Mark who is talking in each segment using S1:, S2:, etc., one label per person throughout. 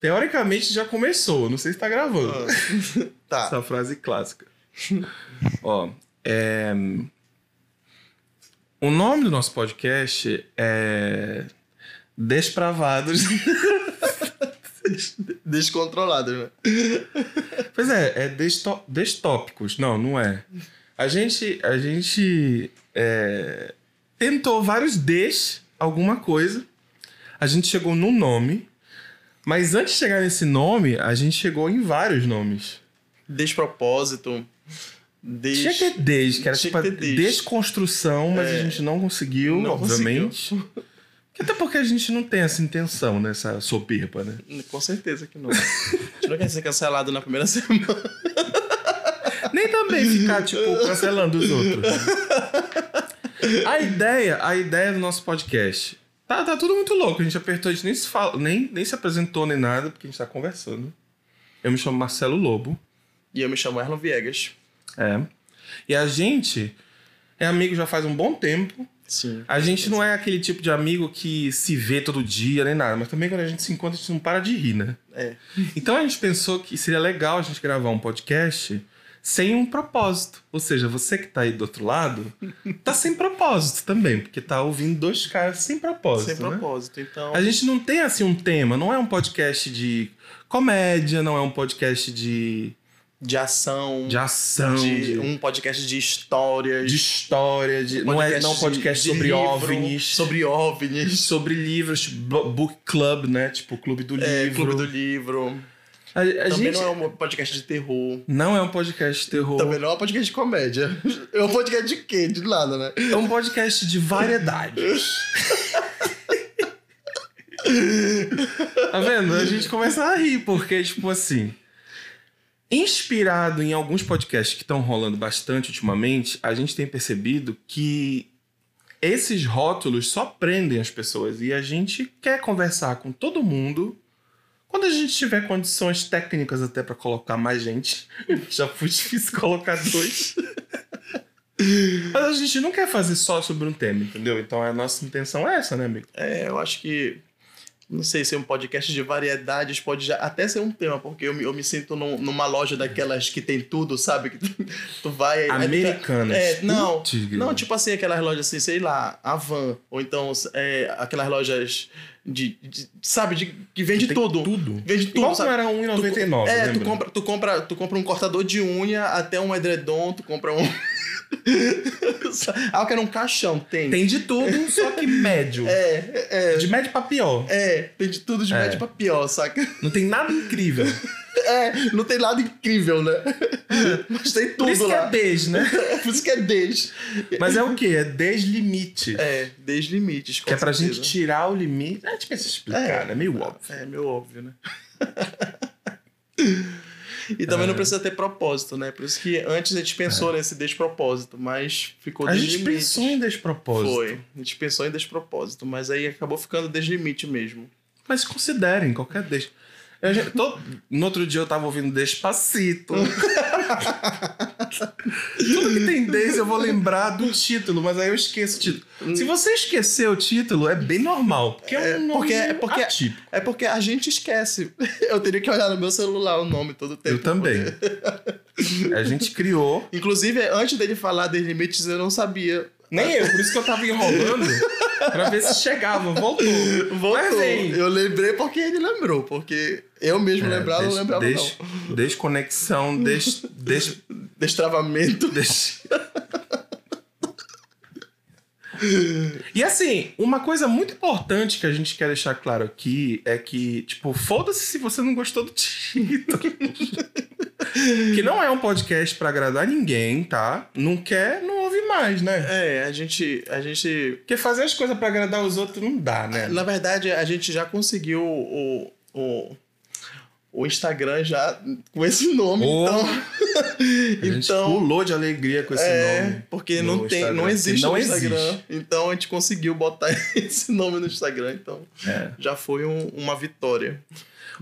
S1: Teoricamente já começou, não sei se tá gravando.
S2: Tá.
S1: Essa frase clássica. Ó, é... O nome do nosso podcast é Despravados.
S2: Descontroladas, né?
S1: pois é, é desto... destópicos. Não, não é. A gente, a gente é, tentou vários des alguma coisa. A gente chegou num nome. Mas antes de chegar nesse nome, a gente chegou em vários nomes.
S2: Despropósito. Des...
S1: Tinha que ter des, que era
S2: Tinha
S1: tipo
S2: que ter É. des.
S1: desconstrução, mas a gente não conseguiu,
S2: Não
S1: obviamente. Até porque a gente não tem essa intenção, né? Essa soberba, né?
S2: Com certeza que não. A gente não quer ser cancelado na primeira semana.
S1: Nem também ficar, tipo, cancelando os outros. A ideia, a ideia do nosso podcast. Tá, tá tudo muito louco. A gente apertou, a gente nem se, fala, nem, nem se apresentou nem nada, porque a gente tá conversando. Eu me chamo Marcelo Lobo.
S2: E eu me chamo Erlon Viegas.
S1: É. E a gente é amigo já faz um bom tempo.
S2: Sim.
S1: A gente não é aquele tipo de amigo que se vê todo dia nem nada, mas também quando a gente se encontra, a gente não para de rir, né?
S2: É.
S1: Então a gente pensou que seria legal a gente gravar um podcast sem um propósito. Ou seja, você que tá aí do outro lado, tá sem propósito também, porque tá ouvindo dois caras sem propósito.
S2: Sem
S1: né?
S2: propósito. Então,
S1: A gente não tem assim um tema, não é um podcast de comédia, não é um podcast de,
S2: de ação.
S1: de ação,
S2: de-
S1: de,
S2: um podcast de histórias.
S1: de história, de, não é não é um podcast
S2: de- de
S1: sobre
S2: livro,
S1: OVNIs, sobre...
S2: Sobre OVNIs.
S1: livros, tipo, book club, né? Tipo, clube do
S2: É,
S1: livro.
S2: Clube do Livro.
S1: A, a
S2: Também
S1: gente
S2: não é um podcast de terror.
S1: não é um podcast de terror.
S2: Também não é um podcast de comédia. É um podcast de quê? De nada, né?
S1: É um podcast de variedade. tá vendo? A gente começa a rir, porque, tipo assim. Inspirado em alguns podcasts que estão rolando bastante ultimamente, a gente tem percebido que esses rótulos só prendem as pessoas e a gente quer conversar com todo mundo. Quando a gente tiver condições técnicas até pra colocar mais gente, já foi difícil colocar dois. Mas a gente não quer fazer só sobre um tema, entendeu? Então a nossa intenção é essa, né, amigo?
S2: É, eu acho que. Não sei se é um podcast de variedades pode já até ser um tema, porque eu me, eu me sinto num- numa loja daquelas que tem tudo, sabe? Que tu, tu vai. aí- aí tu tá-
S1: Americanas.
S2: É, não.
S1: Putz, grilo.
S2: Não, tipo assim, aquelas lojas assim, sei lá, Avan, ou então é, aquelas lojas de, de- sabe, de, que vende
S1: Tem
S2: tudo.
S1: Tudo. um
S2: Vende tudo,
S1: Qual
S2: sabe?
S1: era 1,99?
S2: É, tu
S1: lembra?
S2: compra, tu, compra, tu compra um cortador de unha até um edredom, tu compra um. ah, eu quero um caixão, tem.
S1: Tem de tudo, só que médio.
S2: É, é.
S1: De médio pra pior.
S2: É, tem de tudo de
S1: É.
S2: médio pra pior, saca?
S1: Não tem nada incrível.
S2: É, não tem nada incrível, né? Mas tem
S1: Por isso
S2: tudo lá.
S1: que é desde, né?
S2: Por isso que é desde.
S1: Mas é o quê? É deslimite.
S2: É, desde limites. com
S1: que é pra
S2: certeza.
S1: gente tirar o limite. É difícil explicar,
S2: É.
S1: né? É meio óbvio.
S2: É, meio óbvio, né? e também
S1: É.
S2: não precisa ter propósito, né? Por isso que antes a gente pensou nesse despropósito, mas ficou
S1: A gente
S2: deslimite.
S1: pensou em despropósito.
S2: Foi. A gente pensou em despropósito, mas aí acabou ficando deslimite mesmo.
S1: Mas considerem qualquer des. Eu já- tô- No outro dia eu tava ouvindo Despacito. Tudo que tem des eu vou lembrar do título, mas aí eu esqueço o título. Se você esquecer o título, é bem normal. Porque Hum. é,
S2: É,
S1: um nome
S2: porque- é porque-
S1: atípico.
S2: É porque a gente esquece. Eu teria que olhar no meu celular o nome todo o tempo.
S1: Eu também. A gente criou.
S2: Inclusive, antes dele falar dos limites, eu não sabia.
S1: Nem eu, por isso que eu tava enrolando pra ver se chegava. Voltou. Mas
S2: Voltou.
S1: vem.
S2: Eu lembrei porque ele lembrou, porque eu mesmo
S1: É,
S2: lembrava,
S1: des-
S2: não lembrava
S1: des- Desconexão, des, des,
S2: não. Destravamento.
S1: Deixa- E assim, uma coisa muito importante que a gente quer deixar claro aqui é que, tipo, foda-se se você não gostou do título. que não é um podcast pra agradar ninguém, tá? Não quer, não ouve mais, né?
S2: É, a gente, a gente
S1: Porque fazer as coisas pra agradar os outros não dá, né?
S2: Na verdade, a gente já conseguiu o, o, o Instagram já com esse nome,
S1: Oh.
S2: então.
S1: A gente
S2: então.
S1: pulou de alegria com esse
S2: é,
S1: nome.
S2: porque
S1: no
S2: não, tem,
S1: Instagram.
S2: não existe
S1: Não
S2: no Instagram.
S1: existe.
S2: Então a gente conseguiu botar esse nome no Instagram, então
S1: É.
S2: já foi um- uma vitória.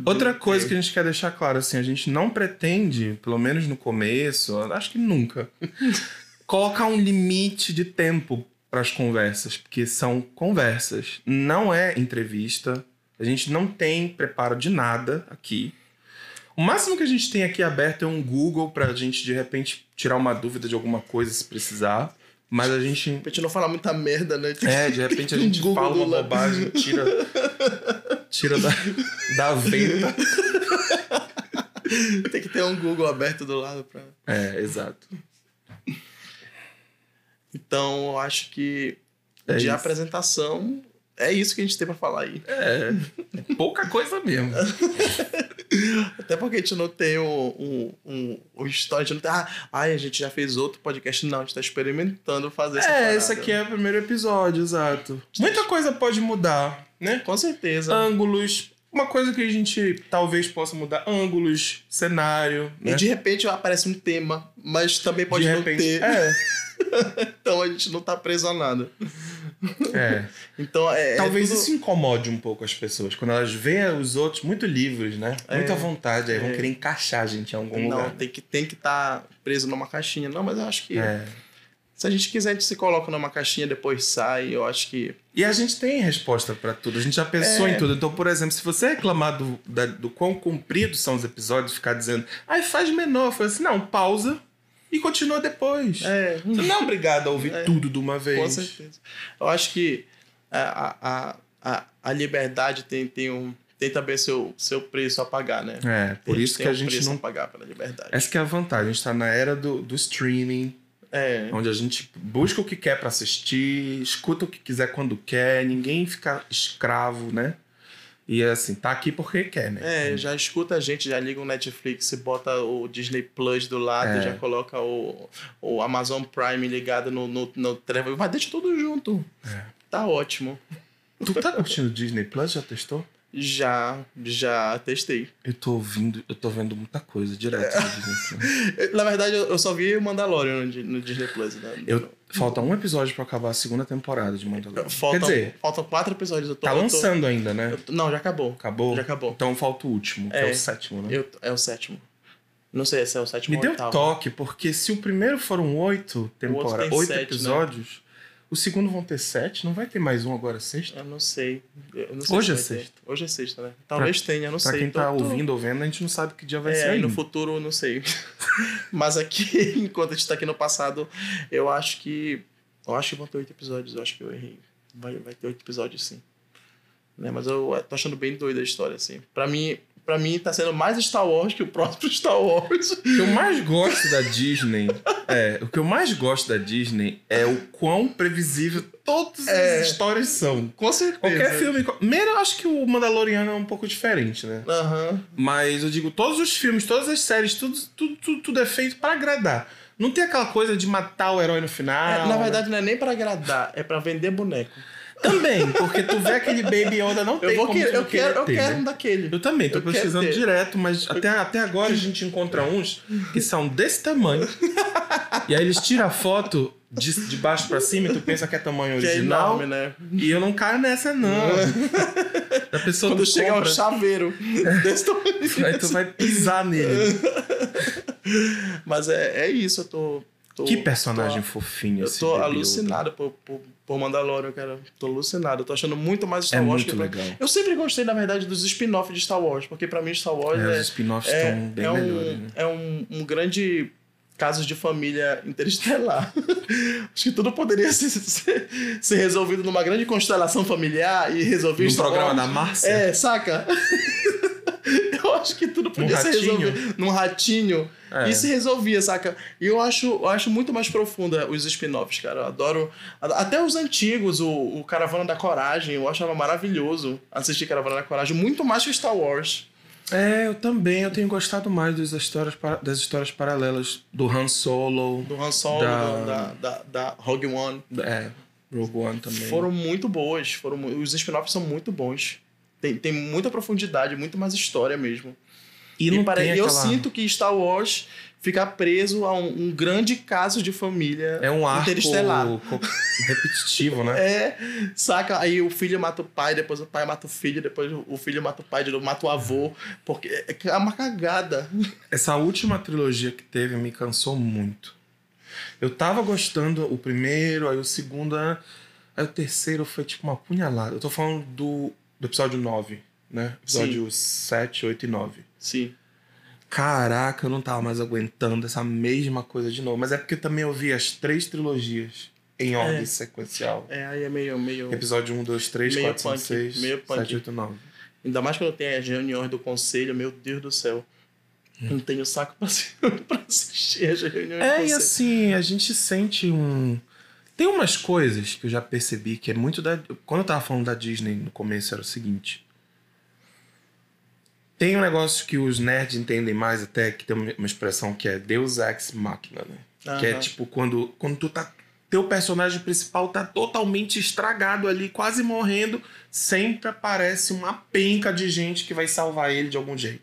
S1: Outra coisa que a gente quer deixar claro, assim, a gente não pretende, pelo menos no começo, acho que nunca, colocar um limite de tempo para as conversas, porque são conversas, não é entrevista, A gente não tem preparo de nada aqui. O máximo que a gente tem aqui aberto é um Google para a gente, de repente, tirar uma dúvida de alguma coisa se precisar. Mas a gente.
S2: Pra gente não falar muita merda, né?
S1: É, de repente a gente
S2: Google
S1: fala uma
S2: do lado.
S1: bobagem, tira. Tira da, da venta.
S2: Tem que ter um Google aberto do lado pra.
S1: É, exato.
S2: Então, eu acho que
S1: É
S2: de
S1: isso.
S2: apresentação é isso que a gente tem pra falar aí.
S1: É, é pouca coisa mesmo.
S2: Até porque a gente não tem um, um, um, um história, a gente não tem. Ah, ai, a gente já fez outro podcast. Não, a gente tá experimentando fazer essa
S1: É,
S2: parada.
S1: esse aqui é o primeiro episódio, exato. Muita coisa pode mudar, né?
S2: Com certeza.
S1: Ângulos. Uma coisa que a gente talvez possa mudar: ângulos, cenário. Né?
S2: E de repente aparece um tema, mas também pode
S1: De
S2: não
S1: repente.
S2: ter.
S1: É.
S2: Então a gente não tá preso a nada.
S1: é.
S2: Então é. é
S1: Talvez
S2: tudo-
S1: isso incomode um pouco as pessoas, quando elas veem os outros muito livres, né?
S2: É.
S1: Muito à vontade, aí vão
S2: É.
S1: querer encaixar a gente em algum
S2: Não,
S1: lugar.
S2: tem que estar tem que tá preso numa caixinha. Não, mas eu acho que.
S1: É.
S2: Se a gente quiser, a gente se coloca numa caixinha, depois sai. Eu acho que.
S1: E a gente tem resposta pra tudo, a gente já pensou
S2: É.
S1: em tudo. Então, por exemplo, se você reclamar do, da- do quão compridos são os episódios, ficar dizendo, aí faz menor, faz assim, não, pausa e continua depois.
S2: É.
S1: Você não é obrigado a ouvir
S2: É.
S1: tudo de uma
S2: Com
S1: vez.
S2: certeza. Eu acho que é, a, a, a, a liberdade tem, tem, um, tem também seu, seu preço a pagar, né?
S1: É, por
S2: Tem-
S1: isso
S2: tem
S1: que a
S2: um
S1: gente
S2: preço
S1: não.
S2: a pagar pela liberdade.
S1: Essa que é a vantagem, a gente tá na era do, do streaming.
S2: É.
S1: onde a gente busca o que quer pra assistir, escuta o que quiser quando quer, ninguém fica escravo, né? E é assim, tá aqui porque quer, né?
S2: É, já escuta a gente, já liga o Netflix, bota o Disney Plus do lado,
S1: É.
S2: já coloca o, o Amazon Prime ligado no, no, no Trevor. Vai, deixa tudo junto.
S1: É.
S2: Tá ótimo.
S1: Tu tá curtindo Disney Plus? Já testou?
S2: Já, já testei.
S1: Eu tô ouvindo, eu tô vendo muita coisa direto no Disney Plus.
S2: Eu, Na verdade, eu eu só vi Mandalorian no, Di- no Disney Plus. Né?
S1: Eu, falta um episódio pra acabar a segunda temporada de Mandalorian.
S2: Faltam,
S1: Quer dizer,
S2: faltam quatro episódios. um. Eu tô,
S1: tá
S2: eu tô-
S1: lançando ainda, né?
S2: eu tô- não, já acabou.
S1: Acabou?
S2: Já acabou.
S1: Então falta o último, que é,
S2: É.
S1: o sétimo, né?
S2: Eu- é o sétimo. Não sei se é o sétimo
S1: Me
S2: ou
S1: deu
S2: oitavo.
S1: toque, porque se o primeiro foram oito temporadas,
S2: tem
S1: oito
S2: sete, né?
S1: episódios, o segundo vão ter sete, não vai ter mais um agora, sexta?
S2: Eu não sei. Eu não sei
S1: Hoje
S2: se
S1: é
S2: vai ter.
S1: sexta.
S2: Hoje é sexta, né? Talvez tenha, eu não
S1: Pra
S2: sei.
S1: quem
S2: Tô-
S1: tá
S2: tô-
S1: ouvindo ou vendo, a gente não sabe que dia vai ser
S2: É, e
S1: ainda.
S2: no futuro, eu não sei. Mas aqui, enquanto a gente tá aqui no passado, eu acho que. Eu acho que vão ter oito episódios, eu acho que eu errei. Vai, vai ter oito episódios, sim. Né? Mas eu tô achando bem doida a história, assim. Pra mim, pra mim, tá sendo mais Star Wars que o próprio Star Wars.
S1: O que eu mais gosto da Disney. é, o que eu mais gosto da Disney é o quão previsível todas
S2: É.
S1: as histórias são.
S2: Com certeza.
S1: Qualquer filme. Primeiro, eu acho que o Mandaloriano é um pouco diferente, né?
S2: Aham.
S1: Mas eu digo, todos os filmes, todas as séries, tudo, tudo, tudo, tudo é feito pra agradar. Não tem aquela coisa de matar o herói no final.
S2: É, na
S1: né?
S2: verdade, não é nem pra agradar, é pra vender boneco.
S1: Também, porque tu vê aquele Baby Yoda, não
S2: Eu,
S1: tem
S2: vou
S1: como
S2: querer-
S1: tu
S2: eu
S1: não
S2: quero, eu
S1: ter, né?
S2: quero um daquele.
S1: Eu também, tô
S2: Eu quero
S1: pesquisando
S2: ter.
S1: direto, mas até, até agora a gente encontra uns que são desse tamanho. e aí eles tiram a foto de, de baixo pra cima e tu pensa que é tamanho
S2: Que é
S1: original.
S2: enorme, né?
S1: e eu não caio nessa, não. a pessoa
S2: Quando
S1: tu
S2: chega um
S1: compra,
S2: chaveiro desse tamanho.
S1: aí tu vai pisar nele.
S2: Mas é, é isso, eu tô. tô-
S1: que personagem fofinho
S2: Tô, eu
S1: esse
S2: tô
S1: Baby Yoda.
S2: alucinado por, por, por Mandalorian, cara. Tô alucinado. Eu tô achando muito mais
S1: É
S2: Star Wars
S1: muito
S2: que.
S1: legal.
S2: Eu sempre gostei, na verdade, dos spin-offs de Star Wars, porque pra mim Star Wars
S1: É,
S2: é.
S1: os spin-offs
S2: é,
S1: estão bem
S2: é um,
S1: melhores, né?
S2: é um, um grande caso de família interestelar. Acho que tudo poderia ser, ser, ser resolvido numa grande constelação familiar e resolvido.
S1: No programa da Márcia.
S2: É, saca? eu acho que tudo podia ser
S1: ratinho.
S2: resolvido num ratinho.
S1: É.
S2: E se resolvia, saca? E eu acho, eu acho muito mais profunda os spin-offs, cara. Eu adoro. a- Até os antigos, o, o Caravana da Coragem, eu achava maravilhoso assistir Caravana da Coragem, muito mais que o Star Wars.
S1: É, eu também. Eu tenho gostado mais das histórias, para- das histórias paralelas do Han Solo.
S2: do Han Solo,
S1: Da-
S2: do- da, da, da Rogue One.
S1: É, Rogue One também.
S2: Foram muito boas. Foram, mu- os spin-offs são muito bons. Tem, tem muita profundidade, muito mais história mesmo.
S1: E não
S2: pare-
S1: tem
S2: eu
S1: aquela-
S2: sinto que Star Wars fica preso a um, um grande caso de família.
S1: É um arco
S2: interestelar.
S1: co- repetitivo, né?
S2: É, saca? Aí o filho mata o pai, depois o pai mata o filho, depois o filho mata o pai, de novo mata o avô. Porque é é uma cagada.
S1: Essa última trilogia que teve me cansou muito. Eu tava gostando o ah, primeiro, aí o segundo, aí o terceiro foi tipo uma punhalada. Eu tô falando do do episódio 9, né? Episódio 7, 8 e 9.
S2: Sim.
S1: Caraca, eu não tava mais aguentando essa mesma coisa de novo. Mas é porque também eu vi as três trilogias em ordem sequencial.
S2: É, aí é meio. meio...
S1: Episódio 1, 2, 3,
S2: Meio
S1: 4, 5,
S2: punk,
S1: 6,
S2: meio
S1: 7,
S2: punk.
S1: 8, 9.
S2: Ainda mais quando tem as reuniões do conselho, meu Deus do céu. Não tenho saco pra, assi- pra assistir as reuniões do
S1: É, e
S2: conselho.
S1: assim, a gente sente um. Tem umas coisas que eu já percebi que é muito da. Quando eu tava falando da Disney no começo, era o seguinte. Tem um negócio que os nerds entendem mais, até que tem uma expressão que é Deus Ex Machina, né? Que é
S2: Aham.
S1: tipo quando, quando tu tá. Teu personagem principal tá totalmente estragado ali, quase morrendo. Sempre aparece uma penca de gente que vai salvar ele de algum jeito.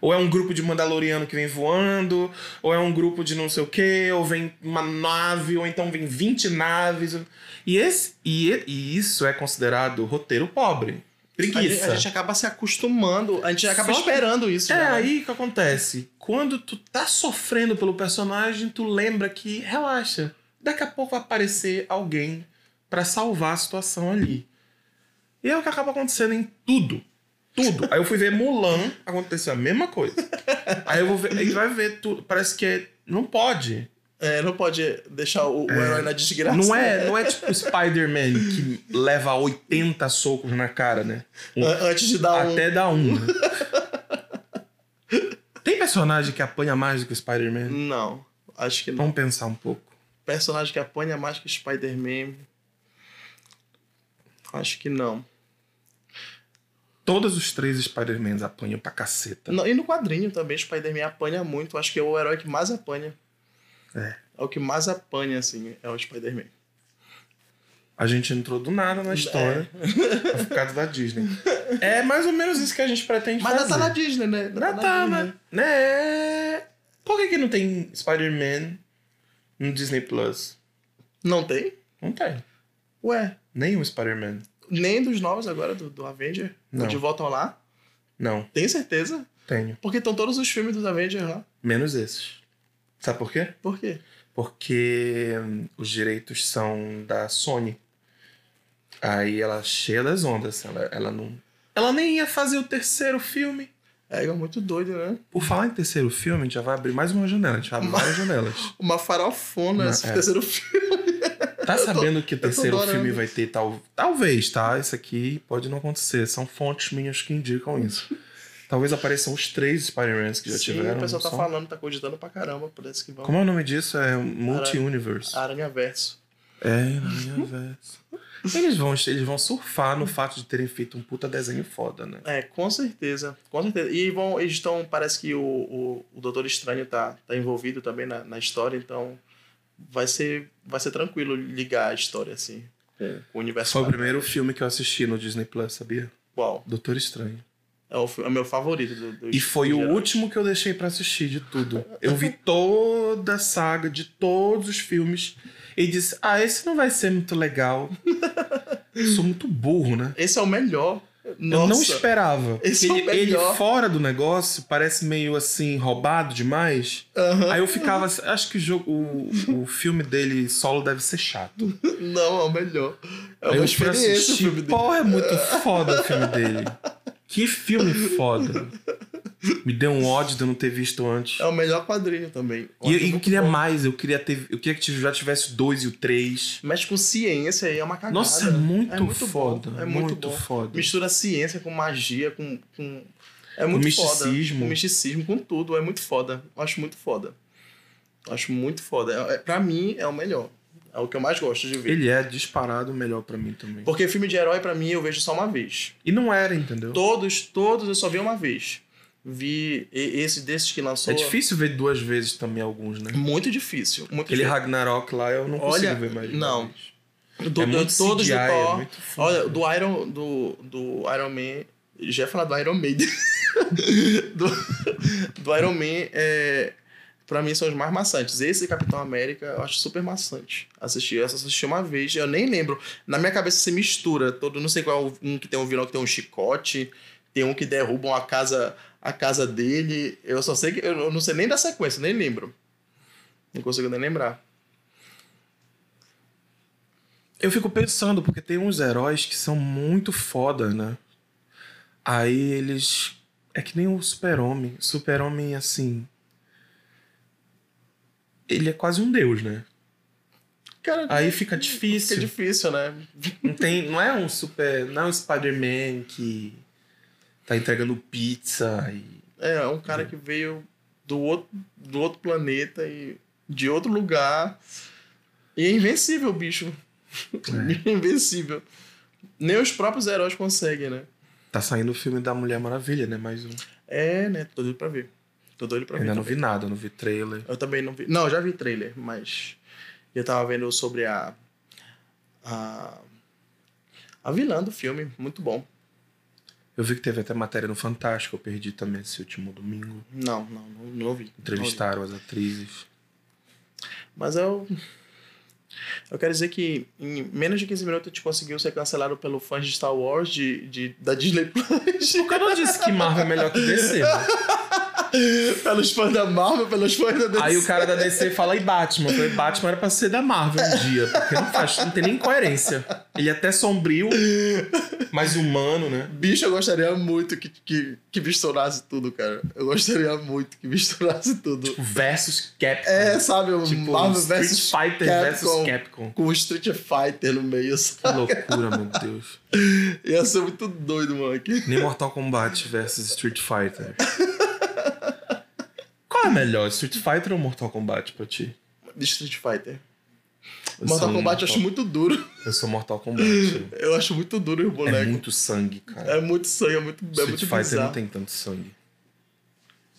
S1: Ou é um grupo de Mandaloriano que vem voando, ou é um grupo de não sei o quê, ou vem uma nave, ou então vem 20 naves. E, esse, e, e- e isso é considerado roteiro pobre.
S2: A gente,
S1: Preguiça.
S2: a gente acaba se acostumando, a gente acaba
S1: Só que-
S2: esperando isso.
S1: É
S2: né?
S1: aí que acontece. Quando tu tá sofrendo pelo personagem, tu lembra que relaxa. Daqui a pouco vai aparecer alguém pra salvar a situação ali. E é o que acaba acontecendo em tudo. Tudo. Aí eu fui ver Mulan, aconteceu a mesma coisa. Aí eu vou ver, aí vai ver tudo. Parece que é- não pode.
S2: É, não pode deixar o, o herói na desgraça.
S1: Não é, não é tipo Spider-Man que leva 80 socos na cara, né?
S2: An- Antes de dar um.
S1: Até dá um. né? Tem personagem que apanha mais do que o Spider-Man?
S2: Não, acho que não.
S1: Vamos pensar um pouco.
S2: Personagem que apanha mais que Spider-Man. Acho que não.
S1: Todos os três Spider-Mans apanham pra caceta.
S2: Não, E no quadrinho também, Spider-Man apanha muito. Acho que é o herói que mais apanha.
S1: É.
S2: É o que mais apanha, assim, é o Spider-Man.
S1: A gente entrou do nada
S2: É.
S1: na história por causa da Disney. É mais ou menos isso que a gente pretende
S2: Mas não
S1: fazer.
S2: tá na Disney, né? Não
S1: Já
S2: na
S1: tá,
S2: Disney.
S1: né? né? Por que, que não tem Spider-Man no Disney Plus?
S2: Não tem?
S1: Não tem.
S2: Ué,
S1: Nenhum Spider-Man.
S2: nem dos novos agora, do, do Avenger.
S1: Não.
S2: De volta lá.
S1: Não,
S2: Tem certeza?
S1: tenho.
S2: Porque estão todos os filmes dos Avengers lá.
S1: Menos esses. Sabe por quê?
S2: Por quê?
S1: porque hum, os direitos são da Sony. Aí ela é cheia das ondas, assim, ela, ela não. Ela nem ia fazer o terceiro filme.
S2: É, é muito doido, né?
S1: Por falar em terceiro filme, a gente já vai abrir mais uma janela, a gente abre várias janelas.
S2: Uma farofona
S1: Não,
S2: esse
S1: é.
S2: terceiro filme.
S1: Tá sabendo que o
S2: tô
S1: terceiro
S2: adorando.
S1: filme vai ter tal. Talvez, tá? Isso aqui pode não acontecer. São fontes minhas que indicam isso. Talvez apareçam os três Spider-Mans que já
S2: Sim,
S1: tiveram.
S2: o pessoal tá
S1: são-
S2: falando, tá cogitando pra caramba, parece que vão.
S1: Como assim? é o nome disso? É Multi-Universe.
S2: Aranha Verso.
S1: É, minha vez. Eles vão, eles vão surfar no fato de terem feito um puta desenho foda, né?
S2: É, com certeza. Com certeza. E vão, eles estão. Parece que o, o, o Doutor Estranho tá, tá envolvido também na, na história, então vai ser, vai ser tranquilo ligar a história, assim, com, com o universo.
S1: Foi o primeiro filme que eu assisti no Disney Plus, sabia?
S2: Qual?
S1: Doutor Estranho.
S2: É o, fi- é o meu favorito do, do
S1: E foi
S2: do
S1: o
S2: geral.
S1: último que eu deixei pra assistir de tudo. Eu vi toda a saga de todos os filmes e disse: Ah, esse não vai ser muito legal. Eu sou muito burro, né?
S2: Esse é o melhor.
S1: Eu
S2: Nossa.
S1: não esperava.
S2: Esse é o
S1: ele, ele
S2: melhor.
S1: fora do negócio parece meio assim roubado demais.
S2: Aham.
S1: Aí eu ficava. assim, Acho que o, jogo- o, o filme dele solo deve ser chato.
S2: Não, é o melhor. É
S1: Aí eu
S2: uma
S1: fui
S2: experiência o
S1: assistir.
S2: filme dele.
S1: Porra, é muito foda o filme dele. Que filme foda. Me deu um ódio de eu não ter visto antes.
S2: É um o melhor quadrinho também.
S1: E,
S2: Ótimo.
S1: e eu queria mais, eu queria ter. Eu queria que já tivesse o dois e o três.
S2: Mexe com ciência e é uma cagada.
S1: Nossa, é muito,
S2: É muito
S1: foda.
S2: bom,
S1: É
S2: é
S1: muito,
S2: muito bom.
S1: foda.
S2: Mistura ciência com magia, com. com... É muito foda.
S1: misticismo.
S2: Com misticismo, com tudo. É muito foda. Eu Acho muito foda. Eu Acho muito foda. É, é- pra mim, é o melhor. É o que eu mais gosto de ver.
S1: Ele é disparado o melhor pra mim também.
S2: Porque filme de herói, pra mim, eu vejo só uma vez.
S1: E não era, entendeu?
S2: Todos, todos eu só vi uma vez. Vi e- esse desses que lançou.
S1: É difícil ver duas vezes também alguns, né?
S2: Muito difícil. Muito
S1: Aquele
S2: difícil.
S1: Ragnarok lá eu não consigo
S2: é- Olha,
S1: ver mais. de
S2: não.
S1: uma vez.
S2: Do-
S1: é
S2: do-
S1: muito
S2: todos
S1: CGI,
S2: do
S1: é
S2: Thor.
S1: muito foda.
S2: Olha, do Iron. Do, do Iron Man. Já ia falar do Iron Maiden. do, do Iron Man, é, pra mim, são os mais maçantes. Esse e Capitão América eu acho super maçante. Assisti, eu só assisti uma vez, eu nem lembro. Na minha cabeça se mistura todo. Não sei qual é o- um que tem um vilão que tem um chicote, tem um que derrubam a casa, a casa dele. Eu só sei que. Eu eu não sei nem da sequência, nem lembro. Não consigo nem lembrar.
S1: Eu fico pensando, porque tem uns heróis que são muito foda, né? Aí eles. É que nem o super-homem. Super-homem, assim. Ele é quase um deus, né?
S2: Cara,
S1: Aí fica
S2: fica
S1: difícil.
S2: difícil, né?
S1: Não, tem, não é um super. Não é um Spider-Man que tá entregando pizza e.
S2: É, é um cara que veio do outro, do outro planeta e de outro lugar. E é invencível, bicho. É. invencível. Nem os próprios heróis conseguem, né?
S1: Tá saindo o filme da Mulher Maravilha, né? Mais um.
S2: É, né? Tô doido pra ver. Tô doido pra ver.
S1: Ainda não
S2: também.
S1: vi nada, não vi trailer.
S2: Eu também não vi. Não, eu já vi trailer, mas eu tava vendo sobre a. A, a vilã do filme. Muito bom.
S1: Eu vi que teve até matéria no Fantástico, eu perdi também esse último domingo.
S2: Não, não, não, não ouvi.
S1: Entrevistaram as atrizes.
S2: Mas eu. Eu quero dizer que em menos de 15 minutos a gente conseguiu ser cancelado pelo fã de Star Wars de, de, da Disney Plus.
S1: O cara não disse que Marvel é melhor que DC. né?
S2: pelos fãs da Marvel, pelos fãs da DC.
S1: Aí o cara da DC fala e Batman. Eu falei, Batman era pra ser da Marvel um dia, porque não faz, não tem nem coerência. Ele é até sombrio, mas humano, né?
S2: Bicho, eu gostaria muito que, que, que misturasse tudo, cara. Eu gostaria muito que misturasse tudo.
S1: Versus Capcom.
S2: É, sabe, o
S1: tipo,
S2: Marvel
S1: Street
S2: versus
S1: Fighter versus Capcom.
S2: com o Street Fighter no meio. sabe?
S1: Que loucura, meu Deus.
S2: Ia ser muito doido, mano. Que-
S1: Nem Mortal Kombat versus Street Fighter. Qual é melhor, Street Fighter ou Mortal Kombat pra ti?
S2: Street Fighter.
S1: Eu
S2: Mortal
S1: sou
S2: Kombat eu acho muito duro.
S1: Eu sou Mortal Kombat.
S2: Eu acho muito duro os
S1: É
S2: bonecos.
S1: muito sangue, cara.
S2: É muito sangue, é muito, é
S1: Street
S2: muito
S1: Fighter não
S2: bizarro.
S1: tem tanto sangue.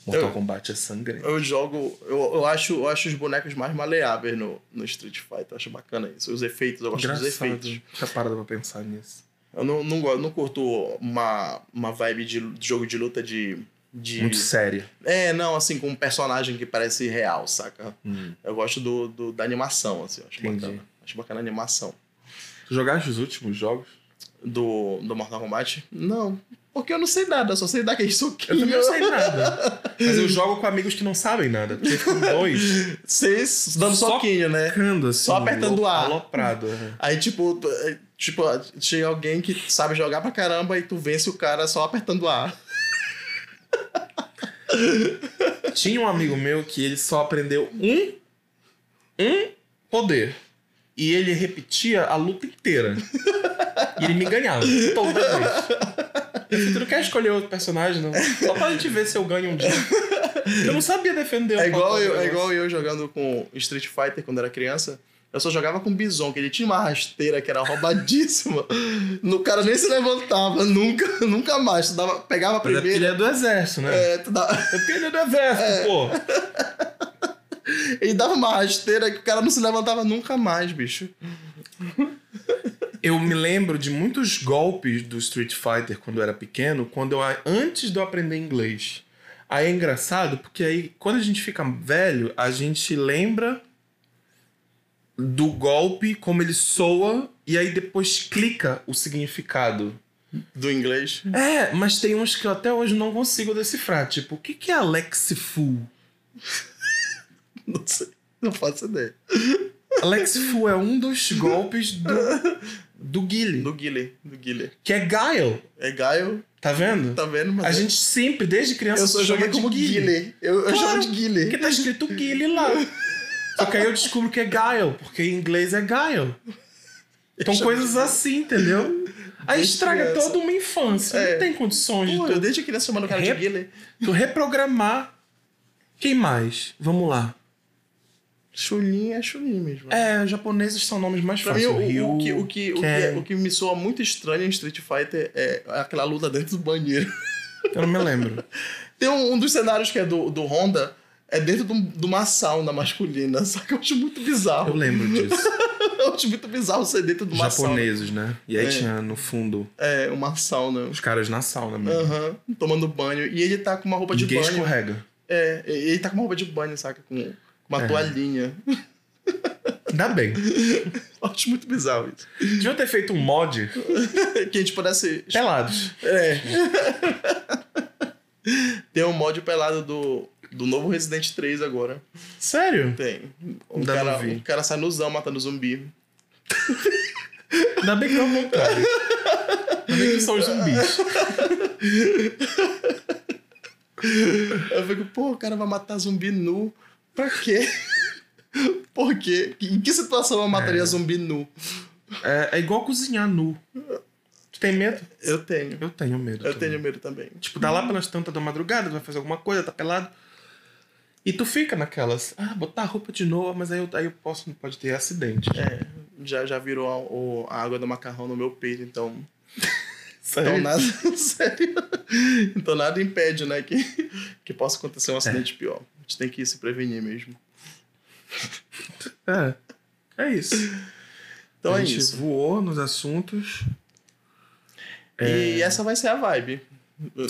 S1: Mortal
S2: Eu-
S1: Kombat é sangrento.
S2: Eu jogo, eu, eu, acho, eu acho os bonecos mais maleáveis no, no Street Fighter, eu acho bacana isso. Os efeitos, eu gosto dos
S1: Engraçado.
S2: efeitos.
S1: Tinha parado pra pensar nisso.
S2: Eu não, não, gosto- não curto uma, uma vibe de de jogo de luta de. de...
S1: Muito séria.
S2: É, não, assim, com um personagem que parece real, saca?
S1: Hum.
S2: Eu gosto do, do- da animação, assim, eu acho
S1: Entendi.
S2: bacana. Acho bacana a animação.
S1: Tu jogaste os últimos jogos?
S2: Do, do Mortal Kombat? Não. Porque eu não sei nada, eu só sei dar aquele soquinho.
S1: Eu também não sei nada. Mas eu jogo com amigos que não sabem nada. Porque ficam dois
S2: Vocês dando
S1: Só-
S2: soquinho, né?
S1: tocando assim.
S2: Só apertando
S1: alo-
S2: o ar.
S1: Aloprado. é.
S2: Aí, tipo, tu- é, tipo, chega alguém que sabe jogar pra caramba e tu vence o cara só apertando A.
S1: Tinha um amigo meu que ele só aprendeu um, um poder. E ele repetia a luta inteira. E ele me ganhava. Toda vez. Eu falei, tu não quer escolher outro personagem, não? Só pra gente ver se eu ganho um dia. Eu não sabia defender
S2: É
S1: o
S2: igual,
S1: Paulo
S2: eu, é
S1: Coelho.
S2: igual eu jogando com Street Fighter quando era criança. Eu só jogava com Bison, que ele tinha uma rasteira que era roubadíssima. no cara nem se levantava, nunca, nunca mais. Tu dava, pegava a
S1: Mas é porque ele
S2: primeira.
S1: é do exército, né?
S2: É, tu dava-
S1: É porque ele é do exército, pô.
S2: ele dava uma rasteira que o cara não se levantava nunca mais, bicho.
S1: Eu me lembro de muitos golpes do Street Fighter quando eu era pequeno, quando eu, antes de eu aprender inglês. Aí é engraçado, porque aí quando a gente fica velho, a gente lembra do golpe, como ele soa, e aí depois clica o significado.
S2: Do inglês.
S1: É, mas tem uns que eu até hoje não consigo decifrar. Tipo, o que, que é Alexifu?
S2: Não sei. Não faço ideia.
S1: Alexifu é um dos golpes do, do Guile,
S2: Do Guile. Do Guile.
S1: que é Guile.
S2: É Gaio,
S1: Tá vendo?
S2: tá vendo? Mas
S1: A
S2: é-
S1: gente sempre, desde criança,
S2: eu só
S1: se chama
S2: joguei
S1: de
S2: como
S1: Guile.
S2: Guile. Eu, eu
S1: Claro,
S2: chamo de Guile.
S1: Porque tá escrito Guile lá. Só que aí eu descubro que é Guile, porque em inglês é Guile. Então
S2: chamo
S1: coisas assim, entendeu? Aí
S2: Desde
S1: estraga
S2: criança.
S1: toda uma infância.
S2: É.
S1: Não tem condições
S2: Pô,
S1: de
S2: eu desde criança chamando o cara
S1: Rep-
S2: de Guile.
S1: tu, tu reprogramar. Quem mais? Vamos lá.
S2: Chunin é Chunin mesmo.
S1: É, japoneses são nomes mais
S2: Pra mim,
S1: fáceis.
S2: o,
S1: Ryu,
S2: o, que, o, que, o, que,
S1: Ken.
S2: o que me soa muito estranho em Street Fighter é aquela luta dentro do banheiro.
S1: Eu não me lembro.
S2: Tem um, um dos cenários que é do, do Honda, é dentro de, um- de uma sauna masculina, só que eu acho muito
S1: Eu
S2: bizarro.
S1: lembro disso.
S2: Eu acho muito bizarro ser dentro de uma sauna.
S1: japoneses, né? E aí
S2: É.
S1: tinha, no fundo,
S2: É, uma sauna.
S1: os caras na sauna mesmo.
S2: Aham, tomando banho. E ele tá com uma roupa de
S1: Ninguém
S2: banho.
S1: escorrega.
S2: É, e- ele tá com uma roupa de banho, saca? Com com uma
S1: É.
S2: toalhinha.
S1: Ainda bem.
S2: Eu acho muito bizarro isso.
S1: Deviam ter feito um mod
S2: Que tipo, a gente pudesse
S1: pelados.
S2: É. Tem um mod pelado do, do novo Resident 3 agora.
S1: Sério?
S2: Tem. Um
S1: Ainda
S2: cara,
S1: não vi.
S2: um cara sai nuzão matando zumbi.
S1: Ainda bem que é o contrário. Não é que são os zumbis.
S2: Eu fico, pô, o cara vai matar zumbi nu. Pra quê? Por quê? Em que situação eu mataria
S1: É.
S2: zumbi nu?
S1: É, é igual cozinhar nu. Tu tem medo?
S2: Eu tenho.
S1: Eu tenho medo.
S2: Eu
S1: também.
S2: tenho medo também.
S1: Tipo, dá lá pelas tantas da madrugada, tu vai fazer alguma coisa, tá pelado. E tu fica naquelas, ah, botar a roupa de novo, mas aí eu, aí eu posso, pode ter acidente.
S2: É, já, já virou a, o- a água do macarrão no meu peito, então. Então
S1: Sério?
S2: nada. sério. Então nada impede, né? Que, que possa acontecer um acidente pior. A gente tem que se prevenir mesmo.
S1: É. É isso.
S2: Então
S1: a
S2: é
S1: gente
S2: isso.
S1: voou nos assuntos.
S2: E essa vai ser a vibe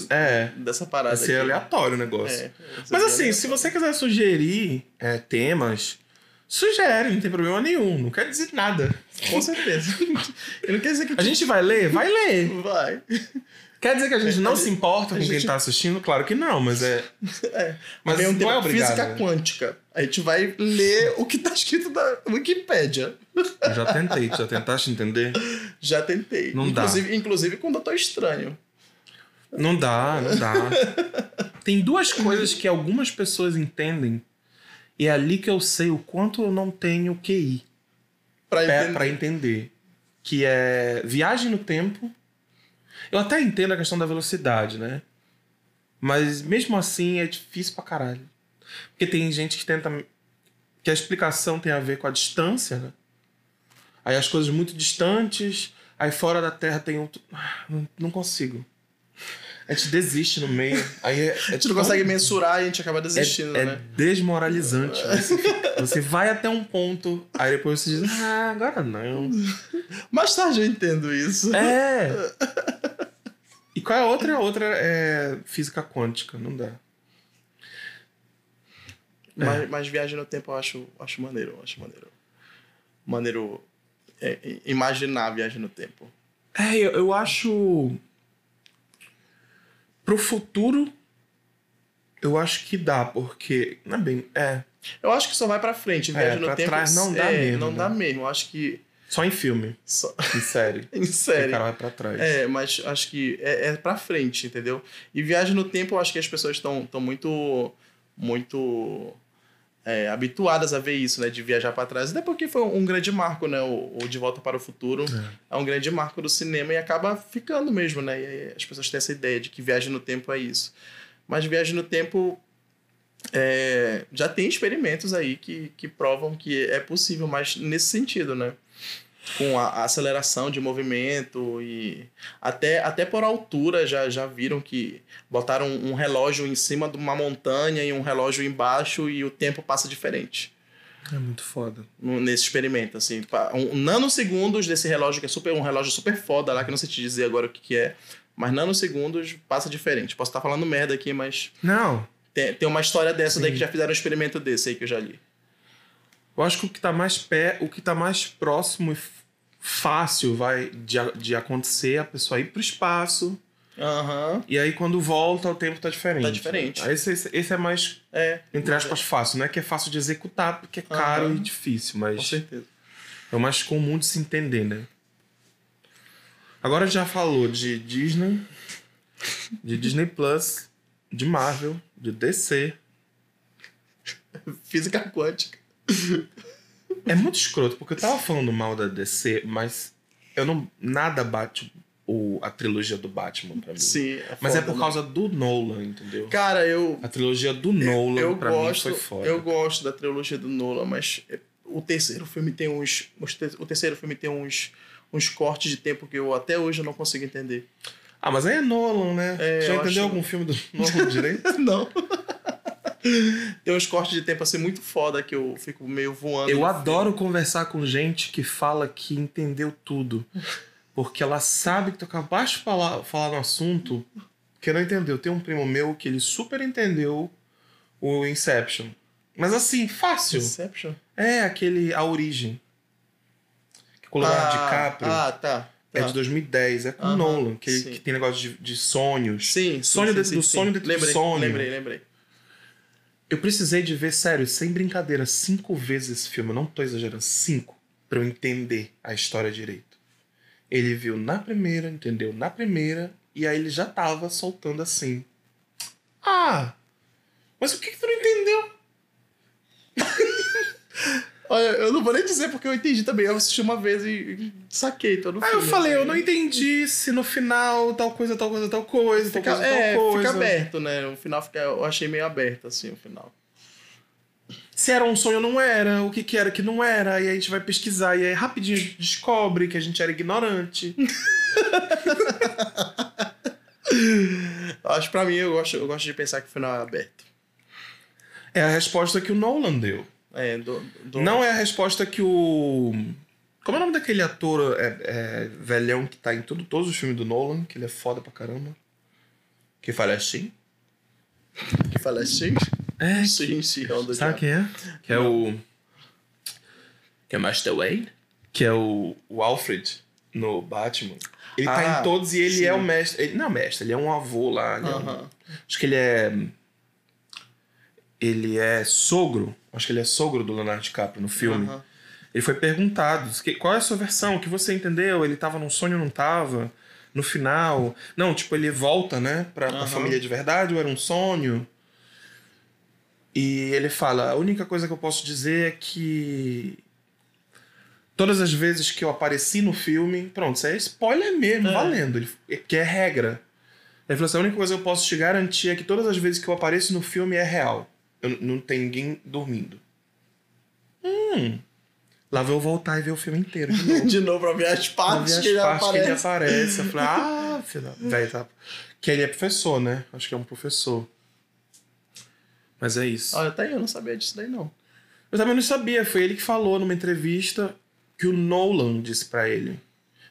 S1: É.
S2: dessa parada.
S1: Vai ser
S2: aqui.
S1: aleatório o negócio.
S2: É,
S1: Mas assim, se você quiser sugerir é, temas, sugere, não tem problema nenhum. Não quer dizer nada.
S2: Com certeza. Eu não quero dizer que
S1: A gente vai ler? Vai ler.
S2: tu vai.
S1: Quer dizer que É, a gente não se importa
S2: a
S1: com quem
S2: gente-
S1: tá assistindo? Claro que não, mas é.
S2: É.
S1: Mas
S2: Ao mesmo
S1: não é
S2: tempo,
S1: obrigado.
S2: física
S1: né?
S2: quântica. A gente vai ler o que tá escrito na Wikipédia.
S1: Eu já tentei. Tu já tentaste entender?
S2: Já tentei.
S1: Não dá.
S2: inclusive, inclusive com o Doutor Estranho.
S1: Não dá, não dá. Tem duas coisas que algumas pessoas entendem. E é ali que eu sei o quanto eu não tenho QI
S2: Pra
S1: é,
S2: entender.
S1: pra entender. Que é viagem no tempo. Eu até entendo a questão da velocidade, né? Mas mesmo assim é difícil pra caralho. Porque tem gente que tenta. que a explicação tem a ver com a distância, né? Aí as coisas muito distantes, aí fora da Terra tem outro. Ah, não- Não consigo. A gente desiste no meio. Aí é,
S2: A gente não consegue mensurar e a gente acaba desistindo,
S1: é, é
S2: né?
S1: desmoralizante. Você, fica- você vai até um ponto, aí depois você diz, ah, agora não.
S2: Mais tarde eu entendo isso.
S1: É! E qual é a outra? A outra é física quântica, não dá.
S2: Mas, mas viagem no tempo eu acho, acho maneiro, eu acho maneiro. Maneiro é, i- imaginar a viagem no tempo.
S1: É, eu, eu acho. Pro futuro, eu acho que dá, porque. Não é bem. É,
S2: Eu acho que só vai pra frente. Viagem no
S1: pra
S2: tempo.
S1: trás não dá
S2: é,
S1: mesmo,
S2: Não
S1: né?
S2: dá mesmo. Eu acho que.
S1: só em filme,
S2: Só,
S1: em série.
S2: em
S1: que O
S2: série.
S1: cara vai pra trás.
S2: É, mas acho que é, é pra frente, entendeu? E viagem no tempo, eu acho que as pessoas estão tão muito, muito é, habituadas a ver isso, né? De viajar pra trás. Até porque foi um grande marco, né? O, o De Volta para o Futuro é. um grande marco do cinema e acaba ficando mesmo, né? E aí as pessoas têm essa ideia de que viagem no tempo é isso. Mas viagem no tempo... é, já tem experimentos aí que, que provam que é possível, mas nesse sentido, né? Com a- a aceleração de movimento e até, até por altura já, já viram que botaram um relógio em cima de uma montanha e um relógio embaixo e o tempo passa diferente
S1: É muito foda.
S2: no- nesse experimento. Assim, Pa- um, nanosegundos desse relógio, que é super, um relógio super foda lá, que eu não sei te dizer agora o que, que é, mas nanosegundos passa diferente. Posso estar falando merda aqui, mas
S1: Não,
S2: tem, tem uma história dessa daí
S1: Sim.
S2: que já fizeram um experimento desse aí que eu já li.
S1: Eu acho que o que tá mais pé, o que tá mais próximo e f- fácil vai de, a- de acontecer é a pessoa ir pro espaço
S2: Aham.
S1: e aí quando volta o tempo tá diferente.
S2: Tá diferente.
S1: Aí Esse, esse, esse é mais
S2: É,
S1: entre aspas fácil, não é que é fácil de executar porque é
S2: Aham.
S1: caro e difícil,
S2: com
S1: mas
S2: certeza.
S1: é o mais comum de se entender, né? Agora já falou de Disney, de Disney Plus, de Marvel, de DC.
S2: Física quântica.
S1: É muito escroto, porque eu tava falando mal da DC, mas eu não. Nada bate o, a trilogia do Batman pra mim.
S2: Sim.
S1: mas é
S2: foda,
S1: por
S2: né?
S1: causa do Nolan, entendeu?
S2: Cara, eu,
S1: A trilogia do Nolan
S2: eu
S1: pra
S2: gosto,
S1: mim foi foda.
S2: Eu gosto da trilogia do Nolan, mas é, o terceiro filme tem uns. uns te- o terceiro filme tem uns, uns cortes de tempo que eu até hoje eu não consigo entender.
S1: Ah, mas aí é Nolan, né?
S2: É,
S1: Já
S2: eu
S1: entendeu
S2: acho-
S1: algum filme do Nolan direito?
S2: não. tem uns cortes de tempo assim muito foda que eu fico meio voando.
S1: Eu adoro conversar com gente que fala que entendeu tudo. Porque ela sabe que tu acabaste de falar, falar no assunto que não entendeu. Tem um primo meu que ele super entendeu o Inception. Mas assim, fácil.
S2: Inception?
S1: É, aquele A Origem. Que é com o Leonardo DiCaprio.
S2: Ah, tá. tá.
S1: É de 2010. É com o
S2: Aham,
S1: Nolan, que,
S2: sim.
S1: que tem negócio de, de sonhos.
S2: Sim, sim,
S1: Sonho
S2: sim,
S1: dentro
S2: sim,
S1: do
S2: sim.
S1: sonho dentro do
S2: lembrei,
S1: sonho.
S2: Lembrei, lembrei.
S1: Eu precisei de ver, sério, sem brincadeira, cinco vezes esse filme. Eu não tô exagerando. Cinco. Pra eu entender a história direito. Ele viu na primeira, entendeu? Na primeira, e aí ele já tava soltando assim. Ah! Mas o que, que tu não entendeu?
S2: Olha, eu não vou nem dizer porque eu entendi também. Eu assisti uma vez e e saquei todo o
S1: Aí eu
S2: filme,
S1: falei,
S2: assim.
S1: eu não entendi se no final tal coisa, tal coisa, tal coisa, tal
S2: Fica,
S1: coisa,
S2: é,
S1: tal
S2: fica
S1: coisa.
S2: aberto, né? O final fica, eu achei meio aberto, assim, o final.
S1: se era um sonho ou não era, o que que era que não era, e aí a gente vai pesquisar, e aí rapidinho descobre que a gente era ignorante.
S2: Eu Acho que pra mim, eu gosto, eu gosto de pensar que o final é aberto.
S1: É a resposta que o Nolan deu.
S2: É, do, do-
S1: Não é a resposta que o. Como é o nome daquele ator é, é, velhão que tá em tudo, todos os filmes do Nolan, que ele é foda pra caramba? Que fala assim?
S2: que fala assim.
S1: É,
S2: Sim, sim, é o do
S1: Sabe
S2: diabo.
S1: quem é? Que é o. Que é Master Wayne? Que é o, o Alfred no Batman. Ele tá
S2: Ah,
S1: em todos e ele
S2: sim.
S1: é o mestre. Ele não é mestre, ele é um avô lá. ele é um-
S2: Aham.
S1: Acho que ele é. Ele é sogro. Acho que ele é sogro do Leonardo DiCaprio no filme.
S2: Aham.
S1: Ele foi perguntado "Que- qual é a sua versão, o que você entendeu? Ele tava num sonho ou não tava? No final. Não, tipo, ele volta, né? Pra, pra
S2: Aham.
S1: família de verdade, ou era um sonho? E ele fala: a única coisa que eu posso dizer é que. Todas as vezes que eu apareci no filme. Pronto, isso é spoiler mesmo,
S2: É.
S1: valendo. Ele, é- que é regra. Ele falou assim: a única coisa que eu posso te garantir é que todas as vezes que eu apareço no filme é real. Eu, n- não tem ninguém dormindo. Hum. Lá vou eu voltar e ver o filme inteiro de novo.
S2: De novo, pra ver as
S1: Pra
S2: partes
S1: ver
S2: que ele
S1: partes que ele
S2: aparece.
S1: aparece. Eu falei, ah, filha. Véi, tá. Que ele é professor, né? Acho que é um professor. Mas é isso.
S2: Olha, até eu não sabia disso daí, não.
S1: Eu também não sabia, foi ele que falou numa entrevista que o Nolan disse pra ele.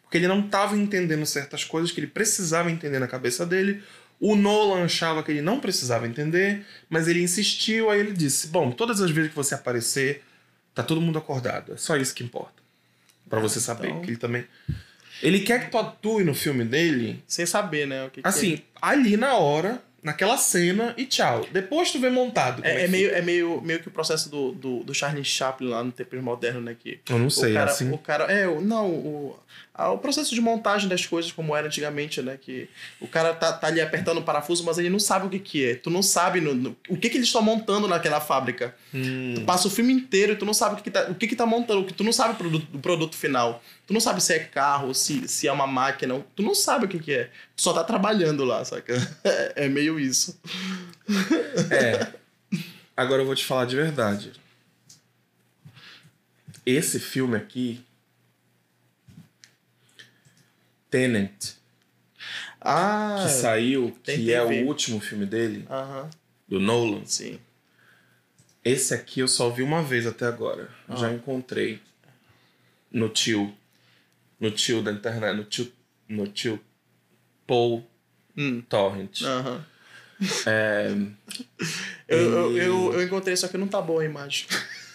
S1: Porque ele não tava entendendo certas coisas que ele precisava entender na cabeça dele. O Nolan achava que ele não precisava entender, mas ele insistiu, aí ele disse: "Bom, todas as vezes que você aparecer, tá todo mundo acordado. É só isso que importa." Pra você saber
S2: Então-
S1: que ele também ele quer que tu atue no filme dele,
S2: Sem saber, né? O que que
S1: assim, ali na hora, naquela cena e tchau. Depois tu vê montado. como
S2: É, é
S1: que
S2: meio, é meio, meio que o processo do, do, do Charlie Chaplin lá no tempo moderno, né? Que
S1: fica. Eu não sei,
S2: o cara,
S1: assim.
S2: o cara é o- não o, a- o processo de montagem das coisas como era antigamente né que o cara tá, tá ali apertando o parafuso mas ele não sabe o que que é tu não sabe no- no- o que que eles estão montando naquela fábrica
S1: Hum.
S2: tu passa o filme inteiro e tu não sabe o que que tá, o que que tá montando o que tu não sabe o produto, o produto final tu não sabe se é carro se, se é uma máquina tu não sabe o que que é tu só tá trabalhando lá saca é, é meio isso
S1: É. Agora eu vou te falar de verdade. Esse filme aqui. Tenant,
S2: ah
S1: que saiu,
S2: tem
S1: que é
S2: TV.
S1: o último filme dele,
S2: aham,
S1: do Nolan.
S2: sim
S1: Esse aqui eu só vi uma vez até agora.
S2: Ah.
S1: Já encontrei no tio. No tio da internet, no tio. No tio Paul
S2: Hum.
S1: Torrent.
S2: Aham.
S1: É,
S2: Eu, eu, eu, eu encontrei, só que não tá boa a imagem.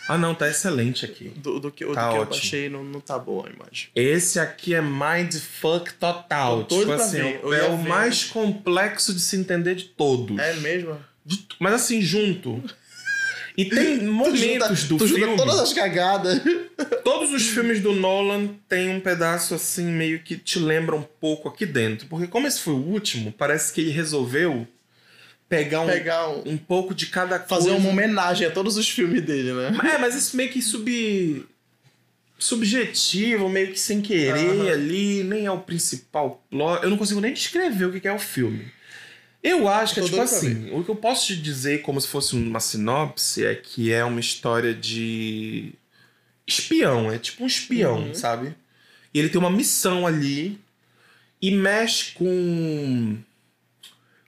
S1: Ah não, tá excelente aqui.
S2: Do, do que, do
S1: Tá
S2: que eu
S1: ótimo.
S2: baixei, não, não tá boa a imagem.
S1: Esse aqui é mindfuck total.
S2: Tô doido
S1: Tipo
S2: pra
S1: assim,
S2: ver. Eu
S1: é
S2: ia
S1: o
S2: ver.
S1: mais complexo de se entender de todos.
S2: É mesmo?
S1: De t- mas assim, junto. E tem momentos
S2: tu junta,
S1: do
S2: tu
S1: filme.
S2: junta todas as cagadas.
S1: Todos os filmes do Nolan têm um pedaço assim, meio que te lembra um pouco aqui dentro. Porque como esse foi o último, parece que ele resolveu pegar um,
S2: Pegar um,
S1: um pouco de cada
S2: fazer
S1: coisa.
S2: uma homenagem a todos os filmes dele, né?
S1: É, mas isso meio que sub... subjetivo, meio que sem querer
S2: Aham.
S1: ali, nem é o principal plot. Eu não consigo nem descrever o que que é o filme. Eu acho que é
S2: Tô
S1: tipo
S2: doido pra
S1: assim, o que eu posso te dizer como se fosse uma sinopse é que é uma história de espião, é tipo um espião,
S2: Uhum.
S1: sabe? E ele tem uma missão ali e mexe com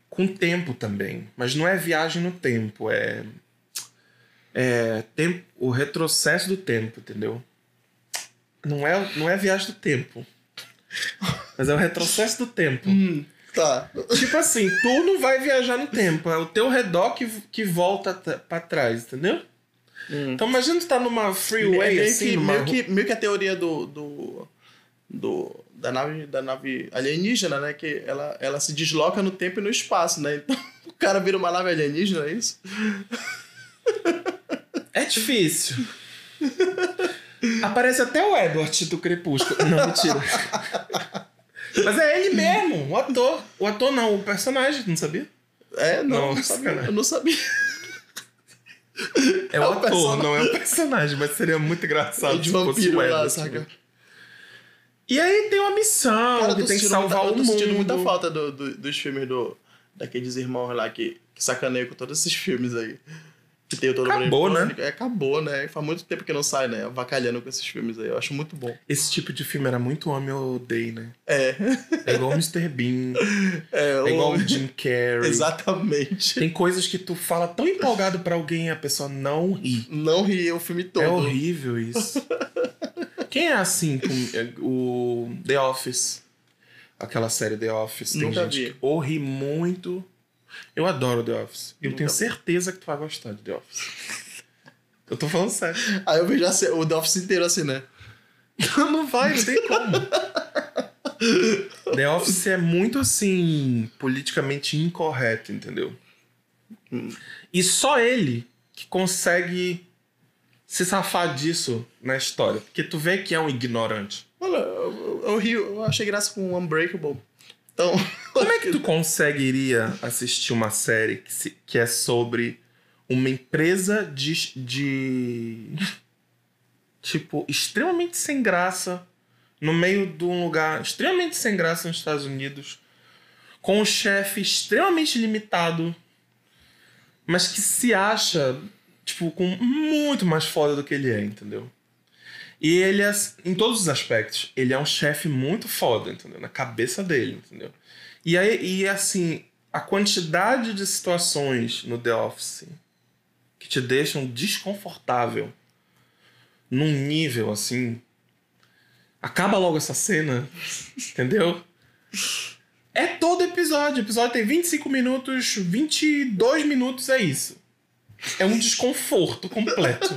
S1: com tempo também, mas não é viagem no tempo, é é tempo, o retrocesso do tempo, entendeu? Não é não é viagem do tempo. Mas é o retrocesso do tempo.
S2: Hum, tá.
S1: Tipo assim, tu não vai viajar no tempo, é o teu redor que, que volta tra- pra trás, entendeu?
S2: Hum.
S1: Então imagina tu tá numa
S2: É
S1: freeway
S2: meio,
S1: assim,
S2: que,
S1: numa
S2: meio,
S1: ru-
S2: que, meio que a teoria do. do, do- da, nave, da nave alienígena, né? Que ela, ela se desloca no tempo e no espaço, né? Então o cara vira uma nave alienígena, é isso?
S1: É difícil. Aparece até o Edward do Crepúsculo. Não, mentira. Mas é ele mesmo, o ator. O ator não, o personagem, não sabia?
S2: É, não,
S1: Não,
S2: não sabia,
S1: sacanagem.
S2: eu não sabia.
S1: É o,
S2: É o
S1: ator,
S2: personagem.
S1: não é o personagem, mas seria muito engraçado
S2: de
S1: se fosse
S2: É vampiro
S1: o
S2: lá,
S1: Edward.
S2: saca?
S1: E aí tem uma missão
S2: Cara, eu
S1: que
S2: tô
S1: tem que
S2: sentindo
S1: salvar
S2: muita,
S1: o
S2: eu tô sentindo
S1: mundo.
S2: muita falta do- do- dos filmes do, daqueles irmãos lá que, que sacaneiam com todos esses filmes aí. Que tem o Todo Mundo em
S1: Acabou, né?
S2: Pânico. É, acabou, né? Faz muito tempo que não sai, né? Avacalhando com esses filmes aí. Eu acho muito bom.
S1: Esse tipo de filme era muito homem, eu odeio, né?
S2: É.
S1: É igual o Mr. Bean,
S2: É,
S1: é igual
S2: o-
S1: o Jim Carrey.
S2: Exatamente.
S1: Tem coisas que tu fala tão empolgado pra alguém e a pessoa não ri.
S2: Não ri o filme todo.
S1: É horrível isso. Quem é assim com é, o The Office? Aquela série The Office. Tem
S2: Nunca
S1: gente
S2: vi.
S1: que ou ri muito. Eu adoro The Office. Eu
S2: Nunca
S1: tenho
S2: vi.
S1: certeza que tu vai gostar de The Office. Eu tô falando sério.
S2: Aí eu vejo a ce- o The Office inteiro assim, né?
S1: Não vai, não tem como. The Office é muito assim, politicamente incorreto, entendeu?
S2: Hum.
S1: E só ele que consegue se safar disso na história. Porque tu vê que é um ignorante.
S2: Mano, eu, eu, eu ri, eu achei graça com o Unbreakable. Então.
S1: Como é que tu conseguiria assistir uma série que, se- que é sobre uma empresa de, de. Tipo, extremamente sem graça, no meio de um lugar extremamente sem graça nos Estados Unidos, com um chefe extremamente limitado, mas que se acha, tipo, com muito mais foda do que ele é, entendeu? E ele é, em todos os aspectos, ele é um chefe muito foda, entendeu? Na cabeça dele, entendeu? E aí, e assim, a quantidade de situações no The Office que te deixam desconfortável num nível assim. Acaba logo essa cena, entendeu? É todo episódio. O episódio tem 25 minutos, 22 minutos é isso. É um desconforto completo.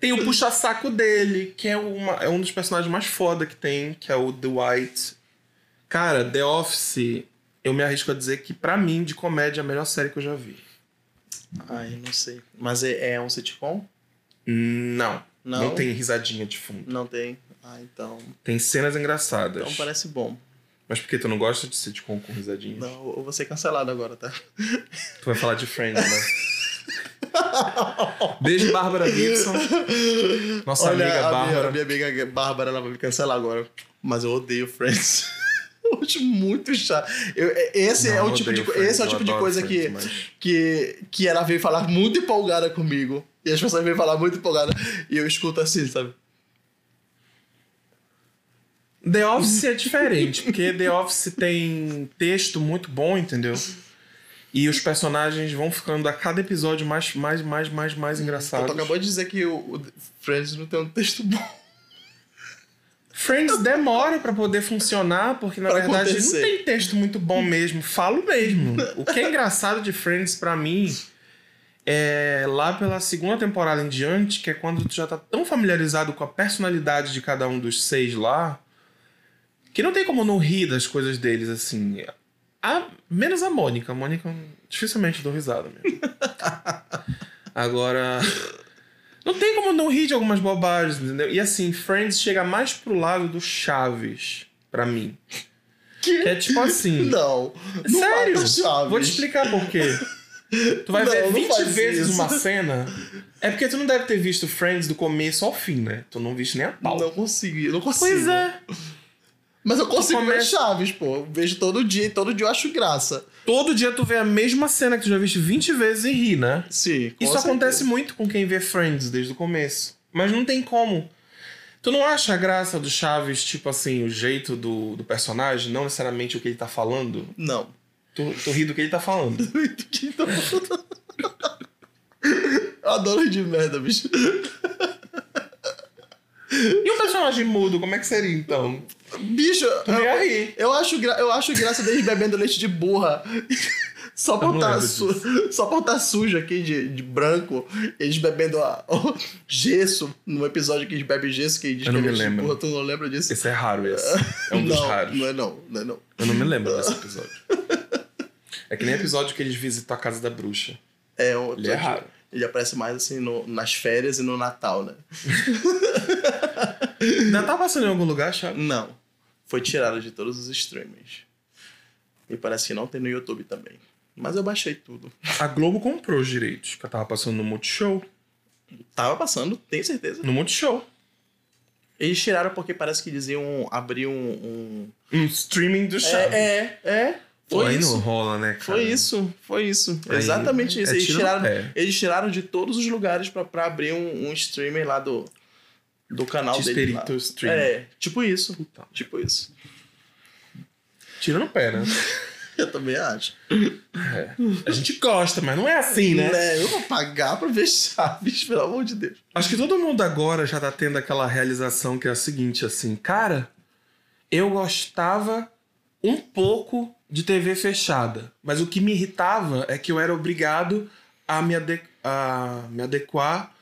S1: Tem o puxa-saco dele, que é, uma, é um dos personagens mais foda que tem, que é o Dwight. Cara, The Office, eu me arrisco a dizer que, pra mim, de comédia, é a melhor série que eu já vi.
S2: Ai, não sei. Mas é, é um sitcom?
S1: Não.
S2: Não.
S1: Não, tem risadinha de fundo.
S2: Não tem. Ah, então.
S1: Tem cenas engraçadas.
S2: Então parece bom.
S1: Mas por que tu não gosta de sitcom com risadinha?
S2: Não, eu vou ser cancelado agora, tá?
S1: Tu vai falar de Friends, né? Beijo, Bárbara Gibson. Nossa
S2: Olha,
S1: amiga
S2: a
S1: Bárbara.
S2: Minha, a minha amiga Bárbara, ela vai me cancelar agora. Mas eu odeio Friends. Eu acho muito chato. Eu- é- esse,
S1: Não,
S2: é
S1: eu
S2: o tipo de,
S1: odeio
S2: co-
S1: Friends,
S2: esse é o
S1: eu
S2: tipo de
S1: adoro
S2: coisa
S1: Friends,
S2: que,
S1: mas-
S2: que, que ela veio falar muito empolgada comigo. E as pessoas vêm falar muito empolgada. E eu escuto assim, sabe?
S1: The Office é diferente, porque The Office tem texto muito bom, entendeu? E os personagens vão ficando a cada episódio mais, mais, mais, mais, mais
S2: Então, Tu
S1: engraçados.
S2: acabou de dizer que o, o Friends não tem um texto bom.
S1: Friends demora pra poder funcionar, porque na
S2: Pra
S1: verdade
S2: acontecer.
S1: não tem texto muito bom mesmo. Falo mesmo. O que é engraçado de Friends pra mim é lá pela segunda temporada em diante, que é quando tu já tá tão familiarizado com a personalidade de cada um dos seis lá, que não tem como não rir das coisas deles assim. A- menos a Mônica. A Mônica dificilmente eu dou risada mesmo. Agora. Não tem como não rir de algumas bobagens, entendeu? E assim, Friends chega mais pro lado do Chaves, pra mim.
S2: Que?
S1: Que é tipo assim.
S2: Não. não
S1: sério?
S2: mata Chaves.
S1: Vou te explicar por quê. Tu vai
S2: Não,
S1: ver
S2: não
S1: 20
S2: faz
S1: vezes
S2: isso.
S1: uma cena. É porque tu não deve ter visto Friends do começo ao fim, né? Tu não viste nem a pau.
S2: Não consegui, não consigo.
S1: pois é.
S2: Mas eu consigo ver
S1: Começa-
S2: Chaves, pô. Eu Vejo todo dia e todo dia eu acho graça.
S1: Todo dia tu vê a mesma cena que tu já viste 20 vezes e ri, né?
S2: Sim. com
S1: Isso
S2: certeza.
S1: acontece muito com quem vê Friends desde o começo. Mas não tem como. Tu não acha a graça do Chaves, tipo assim, o jeito do, do personagem, não necessariamente o que ele tá falando?
S2: Não.
S1: Tu, tu ri do que ele tá falando.
S2: Então- Eu adoro rir de merda, bicho.
S1: E um personagem mudo, como é que seria então?
S2: Bicho,
S1: Tu não ia
S2: eu,
S1: rir.
S2: eu acho, gra- eu acho graça deles bebendo leite de burra. Só
S1: não
S2: por, tá
S1: lembro
S2: su- só por tá sujo aqui de, de branco, eles bebendo a- o gesso, no episódio que eles bebem gesso, que eles
S1: Eu não me
S2: bebem leite de
S1: lembro.
S2: burra, tu não lembra disso?
S1: Esse é raro, esse. É um
S2: não,
S1: dos raros.
S2: Não é não, não é não.
S1: Eu não me lembro desse episódio. É que nem episódio que eles visitam a casa da bruxa.
S2: É um
S1: Ele é
S2: episódio-
S1: raro.
S2: Ele aparece mais assim no- nas férias e no Natal, né?
S1: Ainda tá passando em algum lugar, Chaves?
S2: Não. foi tirada de todos os streamings. E parece que não tem no YouTube também. Mas eu baixei tudo.
S1: A Globo comprou os direitos, que ela tava passando no Multishow.
S2: Tava passando, tenho certeza.
S1: No Multishow.
S2: Eles tiraram porque parece que diziam abrir um. um...
S1: Um streaming do Chaves.
S2: É, é, é.
S1: Pô,
S2: Foi
S1: aí
S2: isso.
S1: não rola, né, cara?
S2: Foi isso, foi isso.
S1: Aí
S2: Exatamente isso.
S1: é
S2: Eles
S1: tiro no
S2: tiraram,
S1: pé.
S2: eles tiraram de todos os lugares pra, pra abrir um, um streamer lá do, do canal dele. Lá.
S1: Desperito stream.
S2: É, tipo isso.
S1: Puta.
S2: Tipo isso.
S1: Então, Tira no pé, né?
S2: Eu também acho.
S1: A gente gosta, mas não é assim, né?
S2: Né? Eu vou pagar pra ver Chaves, pelo amor de Deus.
S1: Acho que todo mundo agora já tá tendo aquela realização que é a seguinte, assim, cara, eu gostava um pouco de TV fechada, mas o que me irritava é que eu era obrigado a me, ade- a me adequar